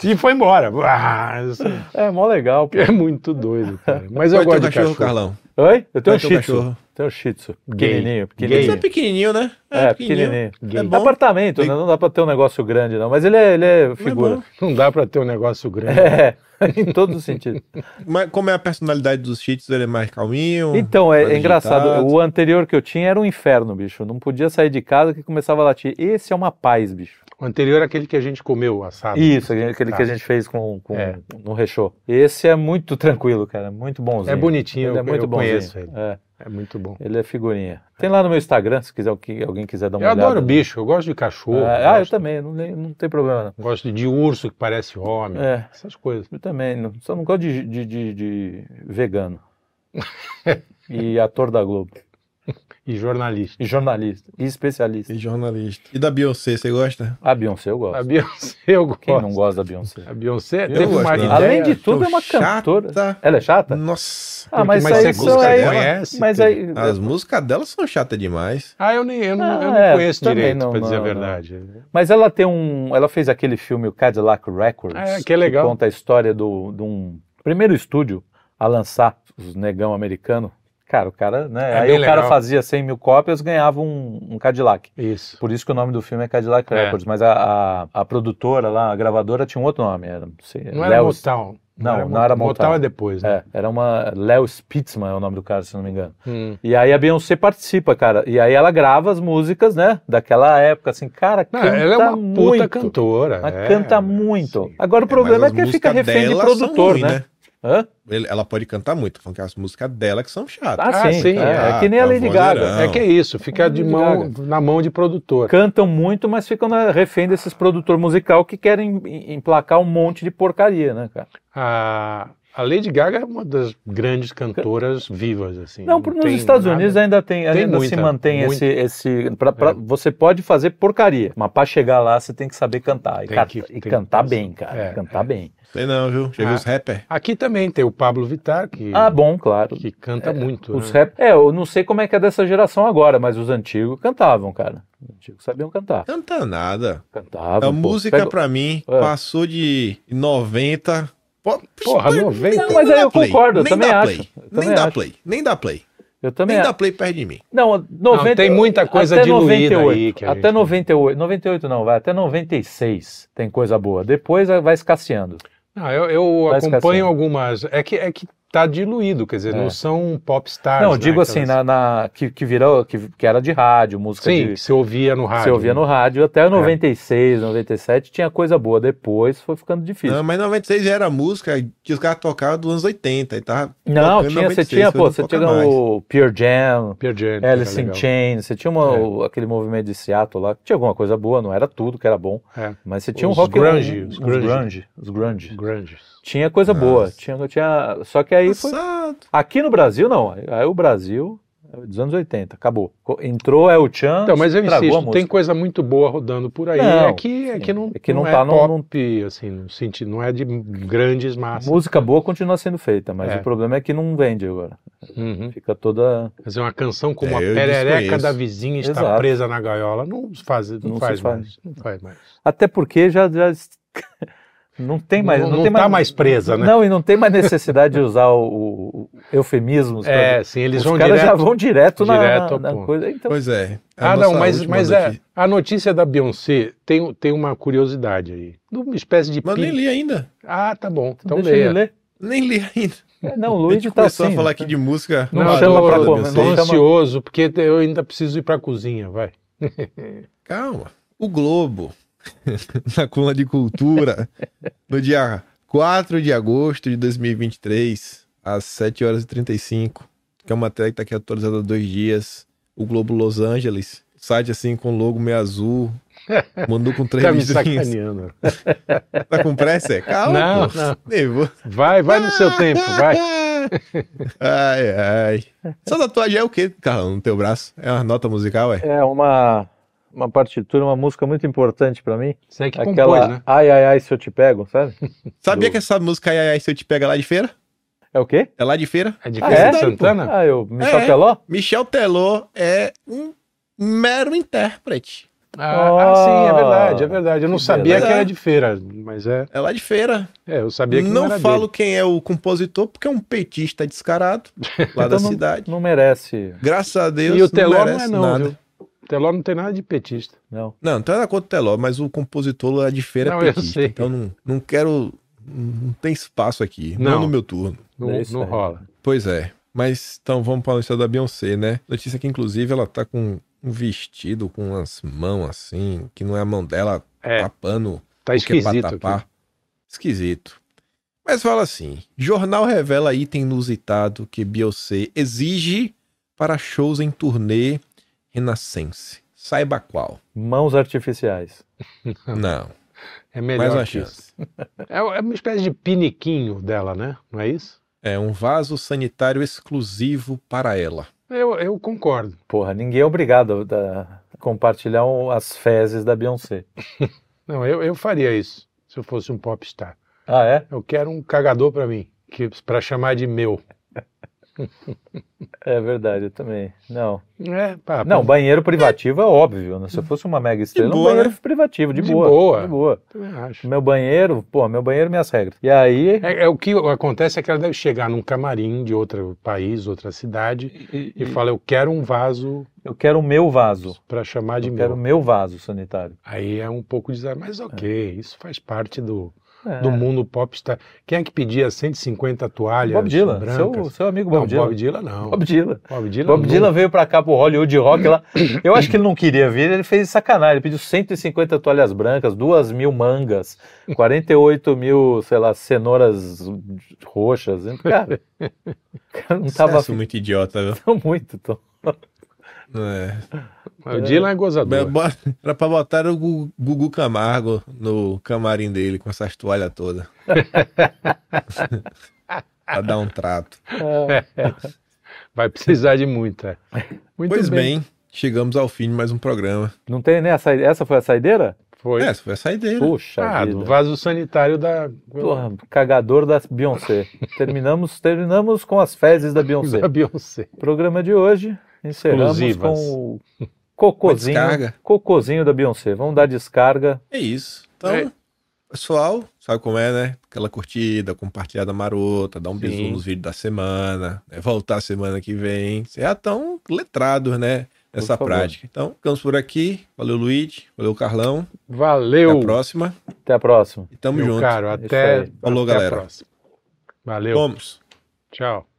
S3: e foi embora Ah, isso
S2: É mó legal, pô.
S3: é muito doido cara. mas eu
S2: um
S1: Qual é teu
S3: gosto de
S1: cachorro,
S3: cachorro,
S1: Carlão?
S2: Oi? Eu tenho
S1: Qual
S2: um
S1: é teu
S2: shih tzu.
S1: cachorro?
S2: Tenho um shih tzu.
S3: Gay.
S2: Pequenininho,
S3: Gay.
S1: Isso é
S2: pequenininho.
S1: pequenininho, né?
S2: É, pequenininho.
S1: É
S3: Gay.
S1: bom.
S2: Apartamento, né? Não dá pra ter um negócio grande, não. Mas ele é, ele é figura.
S1: bom.
S3: não dá pra ter um negócio grande
S2: É, em todos os sentidos.
S1: Mas como é a personalidade dos cheats, ele é mais calminho.
S2: Então, é,
S1: mais
S2: é engraçado.
S1: agitado.
S2: O anterior que eu tinha era um inferno, bicho. Eu não podia sair de casa que começava a latir. Esse é uma paz, bicho.
S3: o anterior é aquele que a gente comeu assado
S2: Isso, aquele
S3: Tá.
S2: que a gente fez com, com
S3: É.
S2: no rechô. Esse é muito tranquilo, cara. Muito bonzinho.
S3: é bonitinho
S2: Ele
S3: eu,
S2: é muito
S3: eu
S2: bonzinho.
S3: conheço ele
S2: É.
S3: É muito bom.
S2: Ele é figurinha. Tem lá no meu Instagram, se quiser, alguém quiser dar uma
S3: Eu
S2: olhada.
S3: adoro bicho, eu gosto de cachorro.
S2: É, ah, eu
S3: gosto,
S2: também, não, nem- não tem problema
S3: gosto de urso que parece homem.
S2: não. É,
S3: Essas coisas.
S2: eu também, não- só não gosto de, de, de- de vegano. e ator da Globo.
S3: E jornalista.
S2: E jornalista. E especialista.
S1: E jornalista. E da Beyoncé, você gosta?
S2: A Beyoncé eu gosto.
S3: A Beyoncé eu gosto.
S2: Quem não gosta da Beyoncé?
S3: A Beyoncé
S1: Eu
S3: teve
S1: gosto
S3: uma
S1: dela.
S3: ideia.
S2: Além de tudo,
S1: Tô
S2: é uma
S1: chata.
S2: cantora. Ela é chata?
S1: Nossa.
S2: Ah, mas,
S3: mas
S2: isso aí
S3: você
S2: são
S3: gosta
S2: aí.
S3: dela? né? Conhece,
S2: Mas
S3: tudo.
S2: aí.
S1: As músicas dela são chatas demais.
S3: Ah, eu, nem, eu não, eu
S2: Ah,
S3: não
S2: é,
S3: conheço
S2: também
S3: direito,
S2: não,
S3: pra dizer
S2: não,
S3: a verdade.
S2: Mas ela tem um. Ela fez aquele filme, o Cadillac Records.
S3: Ah, que é legal.
S2: conta a história do, de um primeiro estúdio a lançar os negão americano. Cara, o cara, né?
S3: É
S2: aí
S3: bem
S2: o cara
S3: legal.
S2: fazia 100 mil cópias, ganhava um, um Cadillac.
S3: Isso.
S2: Por isso que o nome do filme é Cadillac
S3: É.
S2: Records. Mas a, a, a produtora lá, a gravadora, tinha um outro nome. Era, não sei,
S3: Não era
S2: É, Léo-
S3: Motown.
S2: Não, não era Motown.
S3: é depois, né?
S2: É, era uma. Léo Spitzman é o nome do cara, se não me engano.
S3: Hum.
S2: E aí a Beyoncé participa, cara. E aí ela grava as músicas, né? Daquela época, assim, cara,
S3: Não,
S2: canta
S3: ela é uma
S2: muito.
S3: puta cantora.
S2: Ela
S3: é,
S2: canta muito.
S3: sim.
S2: Agora o problema é, que ele fica refém de produtor, né? Hã?
S1: Ele- Ela pode cantar muito, falando que as músicas dela que são chatas.
S2: Ah,
S3: Ah,
S2: sim.
S3: sim,
S2: é,
S1: ah,
S2: é que nem a
S1: tá
S2: Lady
S1: vozeirão.
S2: Gaga.
S1: Não.
S3: É que é isso, fica de
S2: Lady
S3: mão, na mão de produtor.
S2: Cantam muito, mas ficam na, refém desses produtor musical que querem em- emplacar um monte de porcaria, né, cara?
S3: A, a Lady Gaga é uma das grandes cantoras vivas, assim.
S2: Não, por- nos
S3: tem
S2: Estados
S3: nada.
S2: Unidos é- ainda tem,
S3: Tem
S2: ainda se
S3: muita,
S2: mantém esse,
S3: muita.
S2: esse pra- pra-
S3: É.
S2: você pode fazer porcaria, mas pra chegar lá você tem que saber cantar e,
S3: Tem
S2: ca-
S3: que-
S2: e
S3: tem que
S2: cantar
S3: fazer.
S2: bem, cara,
S3: É,
S2: cantar bem.
S1: Sei não, viu? Já viu
S3: Ah.
S1: os rappers?
S3: Aqui também tem o Pablo Vittar, que,
S2: Ah, bom, claro.
S3: que canta muito.
S2: Os
S3: né?
S2: rap, é, eu não sei como é que é dessa geração agora, mas os antigos cantavam, cara. Os antigos sabiam cantar.
S1: Canta nada.
S2: Cantavam.
S1: a
S2: pô.
S1: Então, música,
S2: um Pega-
S1: pra mim,
S2: É.
S1: passou de 90. Pô,
S3: Porra,
S1: nem
S3: 90.
S1: dá
S2: Mas aí eu
S1: play.
S2: concordo, eu
S1: nem
S2: também
S1: dá
S2: acho.
S1: play.
S2: Eu
S1: Nem
S2: também
S1: dá
S2: acho.
S1: play. Nem dá play.
S2: Eu também
S1: Nem dá
S2: acho.
S1: play perto de mim.
S2: Não, 90,
S3: tem muita coisa
S2: até
S3: diluída
S2: 98,
S3: aí que a
S2: Até
S3: gente-
S2: 98, 98 não, vai até 96 tem coisa boa. Depois é, vai escasseando.
S3: Não, eu eu
S2: Vai escasseando.
S3: acompanho algumas. É que, é que tá diluído, quer dizer,
S2: assim. É.
S3: não são
S1: Ah,
S3: popstars.
S2: não,
S3: né,
S2: eu
S1: então
S2: digo assim,
S3: aquelas-
S2: na, na- que, que virou, que, que era de rádio, música
S3: Sim,
S2: de,
S3: que você ouvia no rádio.
S2: Você ouvia no rádio
S1: É.
S2: até 96, 97 tinha coisa boa. Depois foi ficando difícil.
S1: Não, mas 96 já era música que os caras tocavam dos anos 80 e tava
S2: Não,
S1: tocando
S2: tinha, você
S1: 96,
S2: tinha, pô,
S1: hoje
S2: você
S1: não toca
S2: tinha
S1: mais.
S2: o Pure Jam,
S3: Pearl Jam, que era
S2: Alice in
S3: é legal. É.
S2: Chains, você tinha uma- o- aquele movimento de Seattle lá, que tinha alguma coisa boa, não era tudo que era bom,
S3: É.
S2: mas você tinha um
S3: Os
S2: rock
S3: grunge,
S2: um,
S3: os
S2: os
S3: grunge.
S2: grunge, os grunge.
S3: Grandes.
S2: Tinha coisa
S1: Nossa.
S2: boa, tinha, tinha, só que aí foi,
S1: Engraçado.
S2: aqui no Brasil não, aí o Brasil é dos anos 80, acabou. Co- Entrou é o Chan,
S3: Então, mas eu
S2: estragou a
S3: insisto, tem
S2: música.
S3: coisa muito boa rodando por aí.
S2: Não,
S3: é, que, é
S2: sim.
S3: que não,
S2: É que não
S3: é
S2: tá no-
S3: pop, assim, no sentido, não é de grandes massas.
S2: Música boa continua sendo feita, mas
S3: É.
S2: o problema é que não vende agora.
S3: Uhum.
S2: Fica toda.
S3: Quer dizer, uma canção como
S1: É,
S3: a
S1: eu
S3: perereca
S1: desconheço.
S3: da vizinha está
S2: Exato.
S3: presa na gaiola. Não faz, não
S2: Não se
S3: faz,
S2: faz.
S3: mais. Não faz mais.
S2: Até porque já. já es- Não tem mais.
S3: Não-
S2: Não,
S3: não
S2: tem
S3: tá mais presa, né?
S2: Não, e não tem mais necessidade de usar o, o eufemismos. pra-
S3: É, sim, eles
S2: Os
S3: vão
S2: caras
S3: direto.
S2: já vão direto, na-
S3: direto ao
S2: na,
S3: ponto.
S2: coisa. Então,
S1: Pois é. A
S3: Ah, não,
S1: nossa
S3: mas,
S1: última
S3: mas é,
S1: notícia.
S3: a notícia da Beyoncé tem, tem uma curiosidade aí. De Uma espécie de
S1: Mas
S3: pi-
S1: nem li ainda.
S3: Ah, tá bom. Então
S2: deixa ele
S3: leia.
S2: ler.
S1: Nem li ainda.
S2: É, não, o
S1: A
S2: Luigi
S1: gente
S2: tá
S1: começou
S2: assim.
S1: a falar aqui de música.
S2: Não
S1: Ah,
S2: chama
S1: do-
S2: pra
S1: do-
S3: tô,
S2: comer,
S1: do-
S2: não
S3: tô
S1: do-
S2: chama-
S3: ansioso, porque eu ainda preciso ir pra cozinha, vai.
S1: Calma. O Globo, na coluna de cultura, no dia 4 de agosto de 2023, às 7 horas e 35, que é uma matéria que tá aqui atualizada há dois dias, o Globo Los Angeles, site assim com logo meio azul, mandou com três
S3: Tá me
S1: listrinhas.
S3: sacaneando.
S1: Tá com pressa? É? Calma,
S3: Não,
S1: pô.
S3: não.
S1: Nervoso.
S3: Vai, vai no seu tempo, vai.
S1: Ai, ai. Essa tatuagem é o quê, Carlão, no teu braço? É uma nota musical, é?
S2: É uma, uma partitura, uma música muito importante pra mim.
S3: Você é que
S2: Aquela
S3: compôs, né?
S2: Ai, ai, ai, se eu te pego, sabe?
S1: Sabia
S2: Eu-
S1: que essa música, ai, ai, ai, se eu te pego é lá de feira?
S2: É o quê?
S1: É lá de feira?
S3: É de
S2: Ah,
S3: Feira
S2: é?
S3: de Santana?
S2: Ah, eu. Michel
S1: É.
S2: Teló?
S1: Michel Teló é um mero intérprete.
S3: Ah, ah, sim, é verdade, é verdade. Eu não
S2: Que
S3: sabia
S1: beleza.
S3: que era de feira, mas é.
S1: É lá de feira.
S3: é, eu sabia que não,
S1: Não
S3: era
S1: falo quem é o compositor, porque é um petista descarado lá da
S2: Então não-
S1: cidade.
S2: Não merece,
S1: Graças a Deus.
S3: dele. E o Teló não
S1: merece
S3: é não,
S1: nada.
S3: viu? O Teló não tem nada de petista.
S2: não.
S1: Não, então era contra o Teló, mas o compositor lá de feira
S3: Não,
S1: é
S3: eu
S1: petista.
S3: sei.
S1: Então não, não quero. Não tem espaço aqui. Não,
S3: Não.
S1: no meu turno.
S3: Não,
S2: É isso
S3: não
S2: aí.
S3: rola.
S1: Pois é. Mas então vamos para a notícia da Beyoncé, né? Notícia que, inclusive, ela tá com um vestido com umas mãos assim, que não é a mão dela,
S3: É.
S1: tapando
S3: Tá
S1: Porque
S3: esquisito. aqui.
S1: Vatapá- Esquisito. Mas fala assim: jornal revela item inusitado que Beyoncé exige para shows em turnê renascense. Saiba qual.
S2: Mãos artificiais.
S1: Não,
S3: É
S1: mais
S3: melhor
S1: uma
S3: que isso.
S1: chance.
S3: É uma espécie de piniquinho dela, né? Não é isso?
S1: É um vaso sanitário exclusivo para ela.
S3: Eu, eu concordo.
S2: Porra, ninguém é obrigado a a compartilhar o- as fezes da Beyoncé.
S3: Não, eu, eu faria isso se eu fosse um popstar.
S2: Ah, é?
S3: Eu quero um cagador pra mim, que para chamar de meu.
S2: É verdade, eu também. Não.
S3: É, pá,
S2: Não, banheiro privativo é óbvio. Né? Se eu fosse uma mega estrela,
S1: boa,
S2: um banheiro
S1: né?
S2: privativo, de,
S3: De
S2: boa,
S3: boa.
S2: De boa.
S3: também acho.
S2: Meu banheiro, pô, meu banheiro, minhas regras. E aí.
S3: É, é o que acontece é que ela deve chegar num camarim de outro país, outra cidade, e fala: Eu quero um vaso
S2: Eu quero o meu vaso.
S3: pra chamar de
S2: Eu quero um- o
S3: meu.
S2: meu vaso sanitário.
S3: Aí é um pouco desar, mas ok, isso faz parte do,
S2: É.
S3: do mundo popstar. Quem é que pedia 150 toalhas
S2: Bob Dylan, seu,
S3: brancas?
S2: seu amigo
S3: Não,
S2: Bob Dylan.
S3: Bob Dylan não.
S2: Bob Dylan.
S3: Bob Dylan,
S2: Bob
S3: nunca.
S2: Dylan veio pra cá pro Hollywood Rock lá. Eu acho que ele não queria vir, ele fez sacanagem. Ele pediu 150 toalhas brancas, 2 mil mangas, 48 mil, sei lá, cenouras roxas. hein? Cara, o cara não tava
S1: Sucesso muito idiota, viu?
S2: afim muito. então. Tom.
S1: É.
S3: O Dylan é
S1: Mas
S3: gozador.
S1: bora- Era pra botar o Gu- Gugu Camargo no camarim dele com essas toalhas todas. pra dar um trato.
S2: É,
S3: Vai precisar de muita. Muito
S1: pois bem. chegamos ao fim de mais um programa. É,
S2: não tem nem a saideira. Essa foi a saideira?
S3: Foi.
S1: Essa foi a saideira.
S2: é, Puxa
S3: ah, do
S2: vida.
S3: vaso sanitário da,
S2: Porra, cagador da Beyoncé. Terminamos, terminamos com as fezes da Beyoncé.
S3: da Beyoncé.
S2: Programa de hoje encerramos
S3: Exclusivas.
S2: com o
S1: Uma
S2: cocôzinho,
S1: descarga.
S2: cocôzinho da Beyoncé. Vamos dar descarga
S1: É isso. Então,
S3: É.
S1: pessoal, sabe como é, né? Aquela curtida, compartilhada marota, dar um
S3: Sim.
S1: bisu nos vídeos da semana, né? voltar semana que vem. Vocês já estão letrados, né? Nessa
S2: favor.
S1: prática. Então, ficamos por aqui. Valeu, Luiz. Valeu, Carlão. Até
S3: Valeu,
S1: a próxima.
S2: Até a próxima.
S1: E tamo
S3: meu
S1: junto.
S3: caro.
S2: Isso
S3: Até,
S2: aí.
S1: Falou,
S3: até
S1: galera.
S3: a próxima. Valeu.
S1: Vamos.
S3: Tchau.